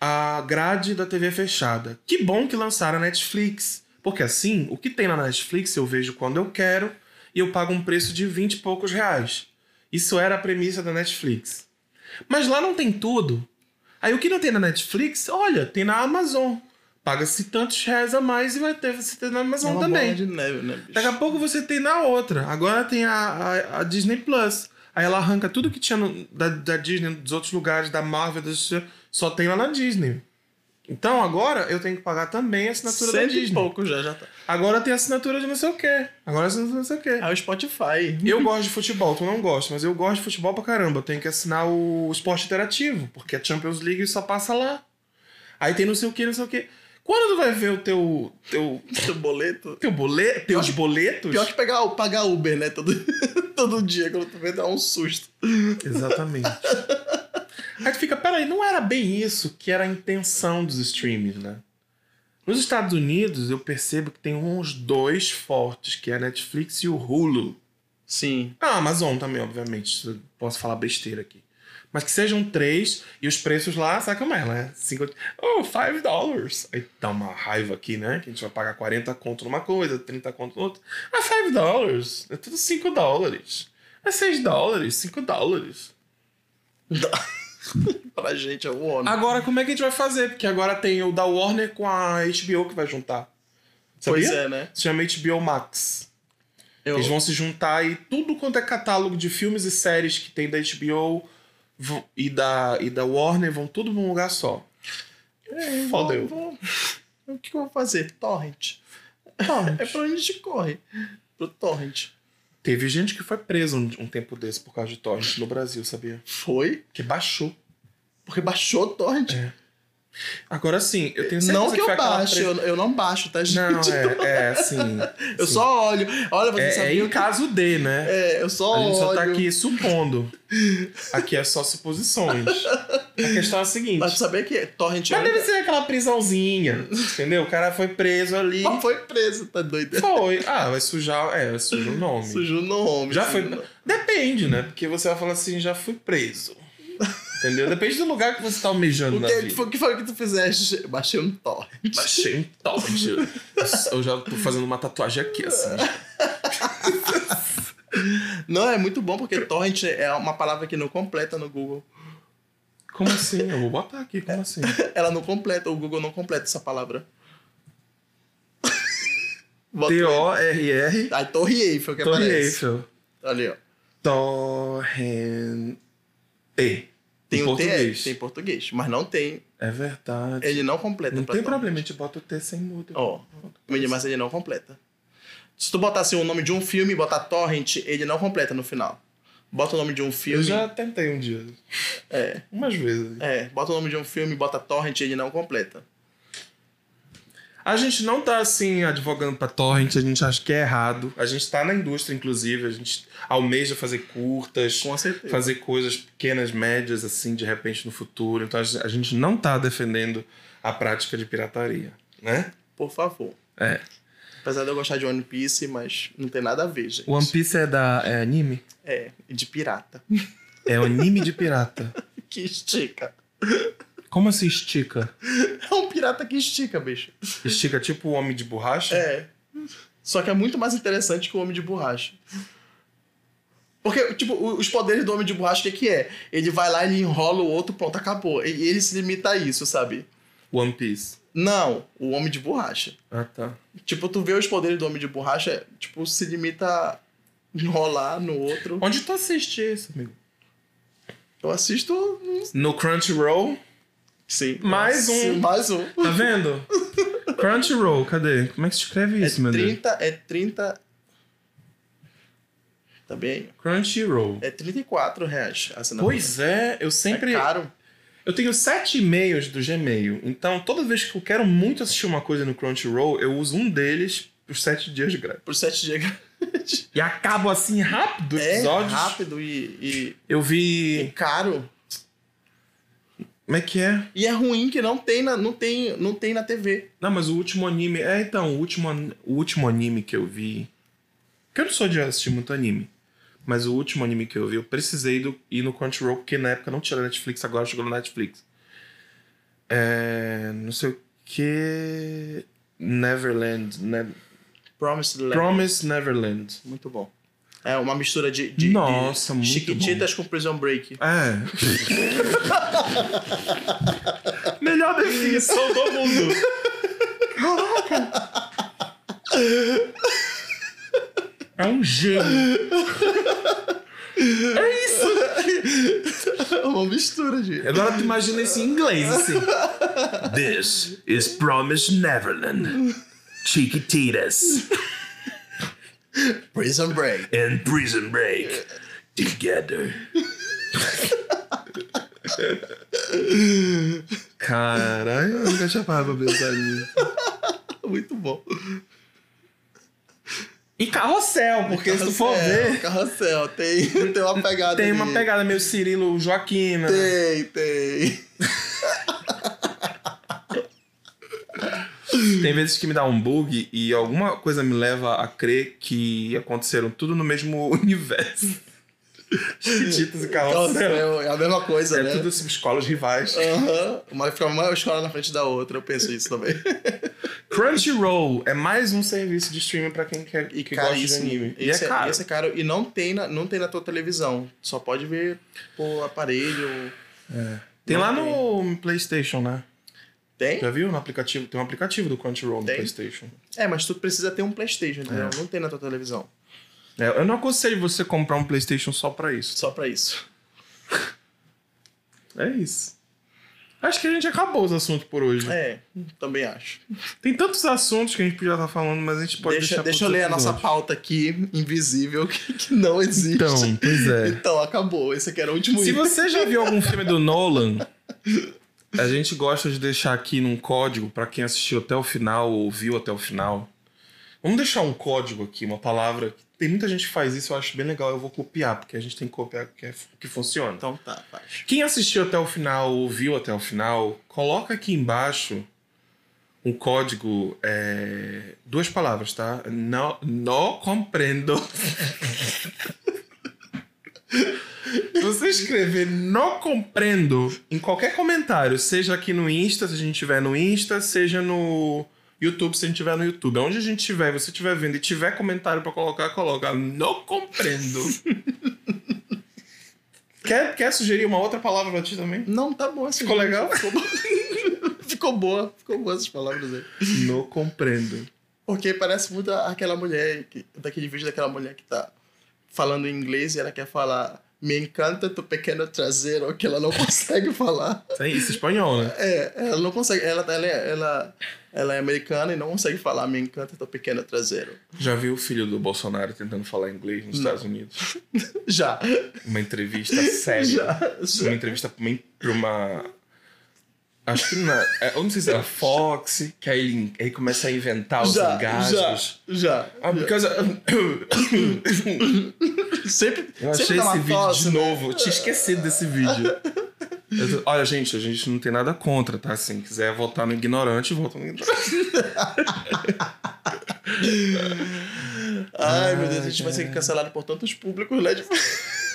S1: à grade da TV fechada. Que bom que lançaram a Netflix, porque assim, o que tem na Netflix eu vejo quando eu quero e eu pago um preço de 20 e poucos reais. Isso era a premissa da Netflix. Mas lá não tem tudo. Aí o que não tem na Netflix, olha, tem na Amazon. Paga-se tantos reais a mais e vai ter você ter na Amazon
S2: É uma
S1: também.
S2: bola de neve, né, bicho?
S1: Daqui a pouco você tem na outra. Agora tem a, a, a Disney Plus. Aí ela arranca tudo que tinha no- da, da Disney, dos outros lugares, da Marvel, das, só tem lá na Disney. Então agora eu tenho que pagar também a assinatura da
S2: Cento e
S1: Disney.
S2: pouco já, já tá.
S1: Agora tem a assinatura de não sei o quê. Agora a assinatura de não sei o quê.
S2: Ah, o Spotify.
S1: Eu gosto de futebol, tu não gosta, mas eu gosto de futebol pra caramba. Eu tenho que assinar o esporte interativo, porque a Champions League só passa lá. Aí tem não sei o que, não sei o quê. Quando tu vai ver o teu. teu.
S2: Teu boleto.
S1: teu boleto. teus
S2: que-
S1: boletos.
S2: Pior que pegar, pagar Uber, né? Todo, todo dia, quando tu vê, dá um susto.
S1: Exatamente. Aí tu fica, peraí, não era bem isso que era a intenção dos streams, né? Nos Estados Unidos, eu percebo que tem uns dois fortes, que é a Netflix e o Hulu.
S2: Sim.
S1: A Amazon também, obviamente. eu Posso falar besteira aqui. Mas que sejam três e os preços lá, sabe como é, né? 50... Oh, 5 dollars. Aí dá uma raiva aqui, né? Que a gente vai pagar 40 conto numa coisa, 30 conto no outro. Mas 5 dollars. É tudo 5 dólares. É 6 dólares, 5 dólares.
S2: Pra gente é o ônibus.
S1: Agora, como é que a gente vai fazer? Porque agora tem o da Warner com a HBO que vai juntar. Sabia?
S2: Pois é, né?
S1: Se chama HBO Max.
S2: Eu,
S1: Eles vão se juntar e tudo quanto é catálogo de filmes e séries que tem da HBO vão- e da, e da Warner vão tudo num lugar só.
S2: É,
S1: Fodeu.
S2: vou- vou- O que que eu vou fazer? Torrent. É pra onde a gente corre. Pro Torrent.
S1: Teve gente que foi presa um, um tempo desse por causa de torrent no Brasil, sabia?
S2: Foi?
S1: Que baixou.
S2: Porque baixou o Torrent.
S1: Agora sim, eu tenho certeza
S2: não É. que eu
S1: foi aquela
S2: baixo,
S1: presa-
S2: eu, eu não baixo, tá, gente?
S1: Não, é, é assim.
S2: Eu
S1: sim.
S2: só olho. Olha, você
S1: É, é
S2: sabia
S1: em
S2: o que...
S1: caso D, né?
S2: É, eu só
S1: A gente só
S2: olho.
S1: tá aqui supondo. Aqui é só suposições. A questão é a seguinte.
S2: Mas
S1: Mas
S2: saber que Torrent ainda-
S1: deve ser aquela prisãozinha, entendeu? O cara foi preso ali.
S2: Mas foi preso, tá doido?
S1: Foi. Ah, vai sujar. É, vai sujar o nome.
S2: Sujou no homem.
S1: Já
S2: assim,
S1: foi-
S2: não.
S1: Depende, né? Porque você vai falar assim, já fui preso. Entendeu? Depende do lugar que você tá almejando
S2: O
S1: na
S2: que,
S1: vida.
S2: foi- o que foi que tu fizeste? Baixei um Torrent.
S1: Achei um torte. Eu já tô fazendo uma tatuagem aqui, assim.
S2: Não, é muito bom porque Torrent é uma palavra que não completa no Google.
S1: Como assim? Eu vou botar aqui, como assim?
S2: Ela não completa, o Google não completa essa palavra. Bota-
S1: T-O-R-R.
S2: Aí Torre Eiffel que
S1: Torre
S2: aparece.
S1: Eiffel.
S2: Ali, ó.
S1: Torrente.
S2: Tem
S1: Em
S2: o TE,
S1: português.
S2: tem português, mas não tem.
S1: É verdade.
S2: Ele não completa.
S1: não
S2: pra
S1: tem
S2: Torre.
S1: problema, a gente bota o T sem mudo.
S2: Ó, mas ele não completa. Se tu botasse o nome de um filme e botar Torrent, ele não completa no final. Bota o nome de um
S1: eu
S2: filme.
S1: já tentei um dia.
S2: É,
S1: Umas vezes.
S2: é. Bota o nome de um filme e bota Torrent, ele não completa.
S1: A gente não tá assim advogando pra torrent, a gente acha que é errado. A gente tá na indústria, inclusive, a gente almeja fazer curtas,
S2: Com certeza.
S1: fazer coisas pequenas, médias, assim, de repente no futuro. Então a gente- a gente não tá defendendo a prática de pirataria, né?
S2: Por favor.
S1: É.
S2: Apesar de eu gostar de One Piece, mas não tem nada a ver, gente.
S1: One Piece é da. É anime?
S2: É, de pirata.
S1: É anime de pirata.
S2: que estica.
S1: Como assim estica?
S2: É um pirata que estica, bicho.
S1: Estica tipo o homem de borracha?
S2: É. Só que é muito mais interessante que o Homem de Borracha. Porque, tipo, o- os poderes do Homem de Borracha, o que, que é? Ele vai lá, ele enrola o outro, pronto, acabou. E e ele se limita a isso, sabe?
S1: One Piece.
S2: Não, o Homem de Borracha.
S1: Ah, tá.
S2: Tipo, tu vê os poderes do Homem de Borracha, tipo, se limita a enrolar no outro.
S1: Onde tu assiste isso, amigo?
S2: Eu assisto. hum,
S1: No Crunchyroll?
S2: Sim.
S1: Mais
S2: Nossa,
S1: um.
S2: Mais um.
S1: Tá vendo? Crunchyroll, cadê? Como é que se escreve isso,
S2: é
S1: meu Deus?
S2: 30. É 30. Tá bem?
S1: Crunchyroll.
S2: É 34 reais a assinatura.
S1: Pois é, eu sempre.
S2: É caro.
S1: Eu tenho sete e-mails do Gmail, então toda vez que eu quero muito assistir uma coisa no Crunchyroll, eu uso um deles os sete dias grátis.
S2: Por 7 GB.
S1: E acabo assim rápido os
S2: É
S1: episódios.
S2: rápido e, e-
S1: Eu
S2: e
S1: vi.
S2: caro.
S1: Como é que é?
S2: E é ruim que não tem na, não tem, não tem na TV.
S1: Não, mas o último anime. É, então, o último, an- o último anime que eu vi. Que eu não sou de assistir muito anime. Mas o último anime que eu vi, eu precisei do, ir no Crunchyroll, porque na época não tinha na Netflix, agora chegou na Netflix. É. Não sei o que. Neverland. Ne
S2: Promised Land.
S1: Promise Neverland.
S2: Muito bom. É uma mistura de, de,
S1: Nossa,
S2: de
S1: muito
S2: Chiquititas com Prison Break.
S1: É. Melhor definição do mundo. Caraca. É um gênio. É isso.
S2: É uma mistura de.
S1: Agora tu imagina isso em inglês, assim. This is Promised Neverland. Chiquititas
S2: Prison Break.
S1: and Prison Break together. Caralho, eu nunca tinha parado pra pensar nisso.
S2: Muito bom.
S1: E carrossel, porque se tu for
S2: Carrossel,
S1: ver,
S2: Carrossel, tem, tem uma pegada.
S1: tem uma
S2: ali.
S1: pegada meio Cirilo Joaquina. né?
S2: Tem, tem.
S1: Tem vezes que me dá um bug e alguma coisa me leva a crer que aconteceram tudo no mesmo universo. Chiquititas e carrossel.
S2: Carrossel, é a mesma coisa,
S1: É
S2: né?
S1: tudo assim, escolas rivais.
S2: Aham. Uma fica uma escola na frente da outra, eu penso isso também.
S1: Crunchyroll é mais um serviço de streaming pra quem quer que gosta de
S2: Caríssimo.
S1: anime. E
S2: Esse
S1: é caro.
S2: Esse é caro. E não tem, na, não tem na tua televisão. Só pode ver por aparelho.
S1: Tem lá no PlayStation, né?
S2: Tem?
S1: Já viu no aplicativo? Tem um aplicativo do Crunchyroll no
S2: Tem.
S1: PlayStation.
S2: É, mas tu precisa ter um Playstation, entendeu? Não tem na tua televisão.
S1: É, eu não aconselho você comprar um PlayStation só pra isso.
S2: Só pra isso.
S1: É isso. Acho que a gente acabou os assuntos por hoje.
S2: É, também acho.
S1: Tem tantos assuntos que a gente podia estar falando, mas a gente pode deixar
S2: deixa deixa eu
S1: pros
S2: ler a nossa
S1: episódios.
S2: pauta aqui, invisível, que, que não existe.
S1: Então, pois é.
S2: Então, acabou. Esse aqui era o último
S1: Se
S2: item.
S1: você já viu algum filme do Nolan, a gente gosta de deixar aqui num código pra quem assistiu até o final ou viu até o final. Vamos deixar um código aqui, uma palavra. Tem muita gente que faz isso, eu acho bem legal. Eu vou copiar, porque a gente tem que copiar o que, é, o que funciona.
S2: Então tá, faz.
S1: Quem assistiu até o final ou viu até o final, coloca aqui embaixo um código. é, duas palavras, tá? Não, não compreendo. Se você escrever não compreendo em qualquer comentário, seja aqui no Insta, se a gente tiver no Insta, seja no YouTube, se a gente tiver no YouTube, onde a gente tiver, você estiver vendo e tiver comentário pra colocar, coloca não compreendo. Quer, quer sugerir uma outra palavra pra ti também?
S2: Não, tá bom. Essa
S1: Ficou legal?
S2: Ficou, bo- ficou boa. Ficou boa essas palavras aí.
S1: Não compreendo.
S2: Porque parece muito aquela mulher, que- daquele vídeo daquela mulher que tá falando em inglês e ela quer falar me encanta tu pequeno traseiro, que ela não consegue falar.
S1: Isso é isso, espanhol, né?
S2: É, ela não consegue, ela, ela, é- ela, ela é americana e não consegue falar me encanta tu pequeno traseiro.
S1: Já viu o filho do Bolsonaro tentando falar inglês nos
S2: Não.
S1: Estados Unidos?
S2: Já.
S1: Uma entrevista séria.
S2: Já. já.
S1: Uma entrevista pra uma- pra uma. Acho que na. é, Eu não sei se era Fox, que aí ele, ele começa a inventar os
S2: Já, já,
S1: engasgos.
S2: já.
S1: Ah, because.
S2: Sempre,
S1: Eu
S2: sempre
S1: achei
S2: dá uma
S1: esse vídeo
S2: tosse,
S1: de
S2: né?
S1: novo. Eu tinha esquecido desse vídeo. Eu tô- Olha, gente, a gente não tem nada contra, tá? Se quem quiser votar no ignorante, vota no ignorante.
S2: Ai,
S1: Ah,
S2: meu Deus, a gente vai ser cancelado por tantos públicos, né? De...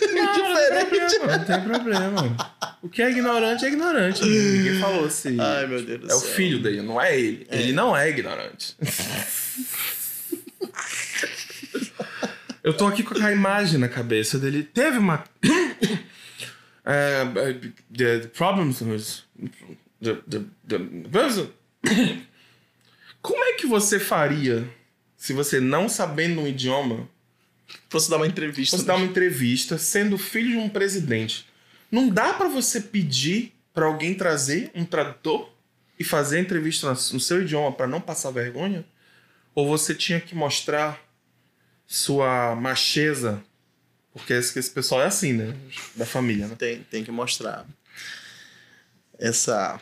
S2: Diferente.
S1: Não tem problema. O que é ignorante é ignorante. né? Ninguém falou se.
S2: Ai, meu Deus do
S1: É o
S2: céu.
S1: filho dele, não é ele. Ele não é ignorante. Eu tô aqui com a imagem na cabeça dele. Teve uma. É, the problems with. The, the, the, Como é que você faria se você, não sabendo um idioma,
S2: Fosse dar uma entrevista. né?
S1: você dá uma entrevista sendo filho de um presidente? Não dá pra você pedir pra alguém trazer um tradutor e fazer a entrevista na- no seu idioma pra não passar vergonha? Ou você tinha que mostrar sua macheza? Porque esse, esse pessoal é assim, né? Da família, né?
S2: Tem, tem que mostrar essa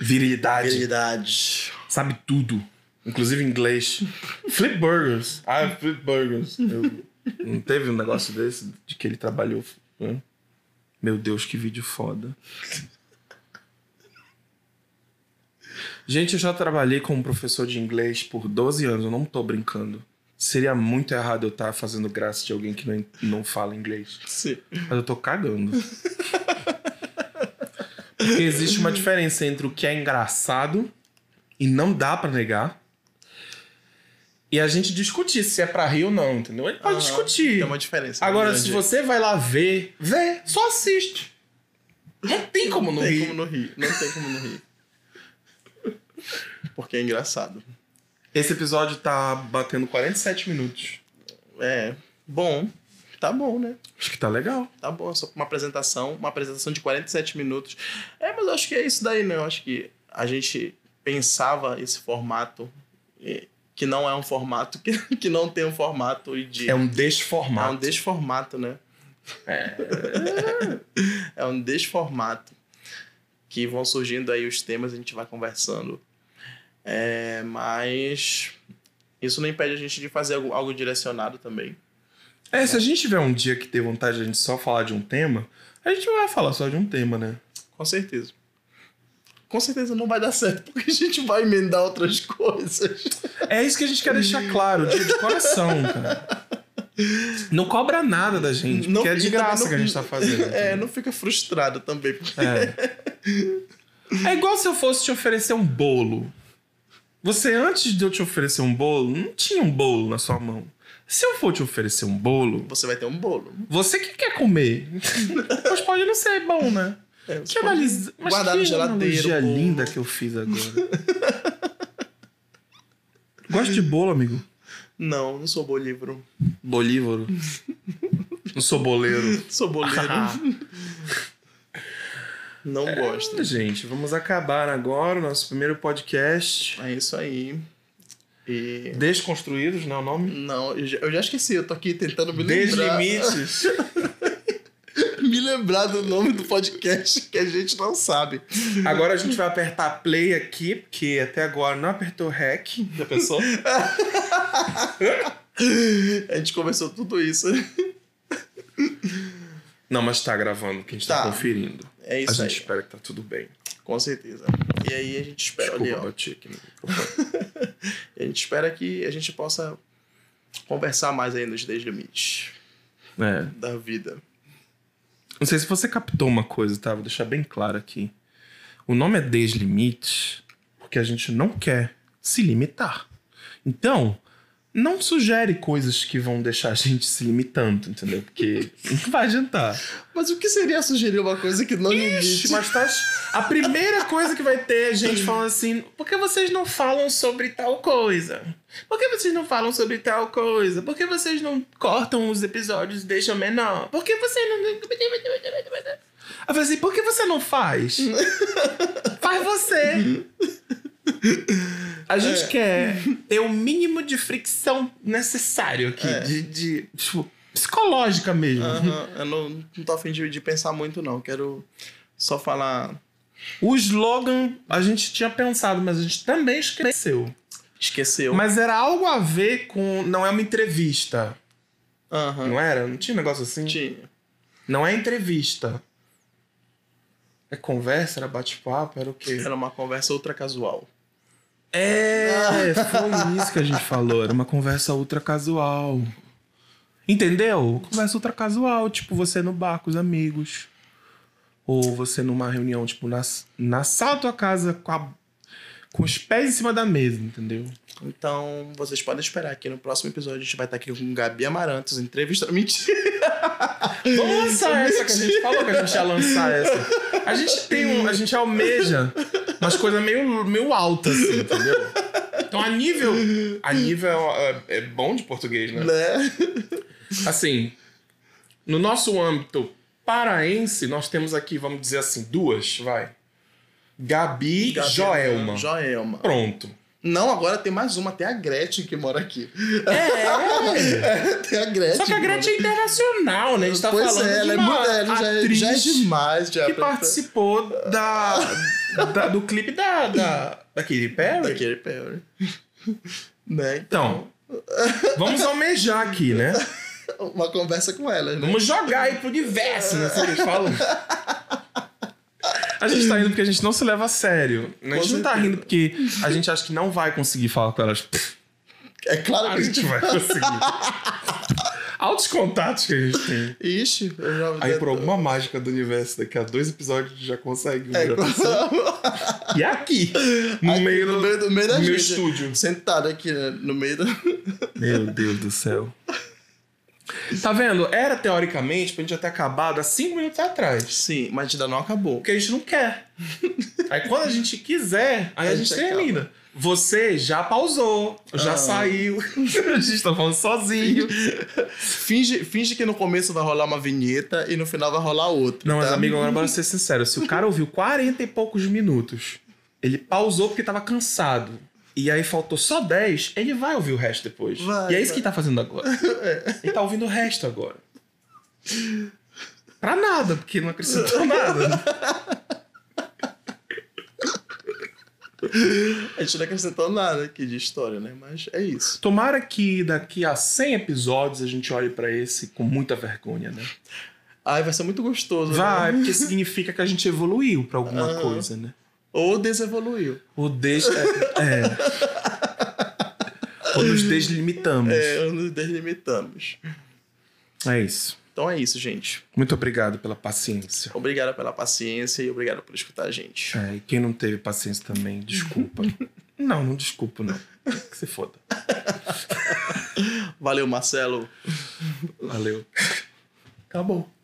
S1: Virilidade.
S2: habilidade.
S1: sabe tudo, inclusive inglês. Flip Burgers. Ah, Flip Burgers. Eu- não teve um negócio desse de que ele trabalhou. né? Meu Deus, que vídeo foda. Gente, eu já trabalhei como professor de inglês por 12 anos, eu não tô brincando. Seria muito errado eu estar fazendo graça de alguém que não, não fala inglês.
S2: Sim.
S1: Mas eu tô cagando. Porque existe uma diferença entre o que é engraçado e não dá pra negar. E a gente discutir se é pra rir ou não, entendeu? A gente pode
S2: Aham.
S1: discutir.
S2: Tem uma diferença.
S1: Agora,
S2: grande.
S1: se você vai lá ver, vê, só assiste. Não tem como não
S2: tem
S1: rir.
S2: como não rir. Não tem como não rir. Porque é engraçado.
S1: Esse episódio tá batendo 47 minutos.
S2: É. Bom. Tá bom, né?
S1: Acho que tá legal.
S2: Tá bom. Só uma apresentação. Uma apresentação de 47 minutos. É, mas eu acho que é isso daí, né? Eu acho que a gente pensava esse formato. eh, Que não é um formato, que, que não tem um formato e de.
S1: É um
S2: É um
S1: desformato.
S2: desformato, né? É. um desformato. Que vão surgindo aí os temas, a gente vai conversando. É, mas isso não impede a gente de fazer algo, algo direcionado também.
S1: É, se a gente tiver um dia que ter vontade de a gente só falar de um tema, a gente vai falar só de um tema, né?
S2: Com certeza. Com certeza não vai dar certo, porque a gente vai emendar outras coisas.
S1: É isso que a gente quer deixar claro, de, de coração, cara. Não cobra nada da gente, porque é de
S2: e também
S1: graça
S2: não-
S1: que a gente tá fazendo.
S2: É, não fica frustrado também. porque-
S1: É. É igual se eu fosse te oferecer um bolo. Você, antes de eu te oferecer um bolo, não tinha um bolo na sua mão. Se eu for te oferecer um bolo,
S2: Você vai ter um bolo.
S1: você que quer comer, mas pode não ser bom, né?
S2: É,
S1: Que analisa... Mas
S2: guardar
S1: que
S2: na geladeira, um
S1: analogia
S2: o bolo.
S1: linda que eu fiz agora. Gosto de bolo, amigo.
S2: Não, não sou bolívoro.
S1: Bolívoro. Não sou boleiro.
S2: Sou boleiro. Não gosto.
S1: Gente, vamos acabar agora o nosso primeiro podcast.
S2: É isso aí. E.
S1: Desconstruídos, né? O nome?
S2: Não, eu já, eu já esqueci, eu tô aqui tentando me lembrar.
S1: Deslimites.
S2: Me lembrar do nome do podcast que a gente não sabe.
S1: Agora a gente vai apertar play aqui, porque até agora não apertou rec. Já pensou?
S2: A gente conversou tudo isso.
S1: Não, mas tá gravando, que a gente tá,
S2: Tá.
S1: conferindo.
S2: É
S1: a
S2: isso
S1: gente
S2: aí.
S1: espera que tá tudo bem.
S2: Com certeza. E aí a gente espera,
S1: Desculpa,
S2: ali, ó.
S1: bati aqui no microfone.
S2: A gente espera que a gente possa conversar mais aí nos 10 limites
S1: É.
S2: da vida.
S1: Não sei se você captou uma coisa, tá? Vou deixar bem claro aqui. O nome é Deslimites porque a gente não quer se limitar. Então, não sugere coisas que vão deixar a gente se limitando, entendeu? Porque não vai adiantar.
S2: Mas o que seria sugerir uma coisa que não
S1: Ixi,
S2: existe?
S1: Mas tá... A primeira coisa que vai ter é gente falando assim: por que vocês não falam sobre tal coisa? Por que vocês não falam sobre tal coisa? Por que vocês não cortam os episódios e deixam menor? Por que você não. Eu falei assim: por que você não faz? faz você! A gente
S2: É.
S1: quer ter o mínimo de fricção necessário aqui,
S2: É.
S1: de, de, tipo, psicológica mesmo.
S2: Aham, eu não, não tô afim de, de pensar muito, não. Quero só falar.
S1: O slogan a gente tinha pensado, mas a gente também esqueceu.
S2: Esqueceu.
S1: Mas era algo a ver com. Não é uma entrevista.
S2: Aham.
S1: Não era? Não tinha um negócio assim?
S2: Tinha.
S1: Não é entrevista. É conversa, era bate-papo, era o quê?
S2: Era uma conversa ultra casual.
S1: É, foi isso que a gente falou. Era uma conversa ultra casual. Entendeu? Conversa ultra casual, tipo você no bar com os amigos. Ou você numa reunião, tipo, na, na sala da tua casa com, a- com os pés em cima da mesa, entendeu?
S2: Então, vocês podem esperar que no próximo episódio a gente vai estar aqui com Gabi Amarantos, entrevista. Mentira!
S1: Vamos lançar essa que a gente falou que a gente ia lançar essa. A gente tem um. A gente almeja Umas coisas meio, meio altas, assim, entendeu? Então a nível. A nível é, é bom de português, né?
S2: Né?
S1: Assim, no nosso âmbito paraense, nós temos aqui, vamos dizer assim, duas, vai. Gabi,
S2: Gabriela,
S1: Joelma.
S2: né? Joelma.
S1: Pronto.
S2: Não, agora tem mais uma. Tem a Gretchen que mora aqui.
S1: É,
S2: tem a Gretchen.
S1: Só que a
S2: mora
S1: Gretchen é internacional, né? A gente tá
S2: Tipo, pois
S1: falando
S2: é,
S1: de
S2: ela é
S1: uma
S2: muito- ela já é-
S1: atriz
S2: já, é demais. Já
S1: que participou da, da- do clipe da, da, da Katy Perry.
S2: Da Katy Perry. né?
S1: Então, vamos almejar aqui, né?
S2: então, Uma conversa com ela, né?
S1: Vamos jogar aí pro universo, né? Sabe o que eu falo? A gente tá indo porque a gente não se leva a sério. né? A gente não tá rindo porque a gente acha que não vai conseguir falar com elas.
S2: É claro
S1: A
S2: que a gente
S1: gente vai conseguir. Altos contatos que a gente tem.
S2: Ixi, eu já...
S1: Aí, por alguma mágica do universo, daqui a dois episódios a gente já consegue.
S2: É,
S1: já pensou? E aqui, no
S2: Aqui
S1: meio
S2: no
S1: do,
S2: meio do meio da
S1: meu
S2: gente.
S1: estúdio.
S2: Sentado aqui, né? No meio da...
S1: Meu Deus do céu. Tá vendo? Era teoricamente pra gente já ter acabado há cinco minutos atrás.
S2: Sim, mas ainda não acabou.
S1: Porque a gente não quer. Aí quando a gente quiser, aí a,
S2: A
S1: gente,
S2: gente acaba.
S1: termina. Você já pausou, já
S2: Ah.
S1: saiu. a gente tá falando sozinho.
S2: Finge, finge que no começo vai rolar uma vinheta e no final vai rolar outra.
S1: Não, mas
S2: tá?
S1: amigo, agora bora ser sincero. Se o cara ouviu 40 e poucos minutos, ele pausou porque tava cansado. E aí faltou só 10, ele vai ouvir o resto depois.
S2: Vai,
S1: e é isso
S2: vai. É.
S1: que ele tá fazendo agora. Ele tá ouvindo o resto agora. Pra nada, porque não acrescentou nada. né?
S2: A gente não acrescentou nada aqui de história, né? Mas é isso.
S1: Tomara que daqui a 100 episódios a gente olhe pra esse com muita vergonha, né?
S2: Ai, vai ser muito gostoso. né?
S1: Vai, porque significa que a gente evoluiu pra alguma
S2: Ah.
S1: coisa, né?
S2: Ou desevoluiu.
S1: Ou deixa. É. Ou nos deslimitamos.
S2: É, ou nos deslimitamos.
S1: É isso.
S2: Então é isso, gente.
S1: Muito obrigado pela paciência.
S2: Obrigado pela paciência e obrigado por escutar a gente.
S1: É, e quem não teve paciência também, desculpa. não, não desculpo, não. Que se foda.
S2: Valeu, Marcelo.
S1: Valeu. Acabou.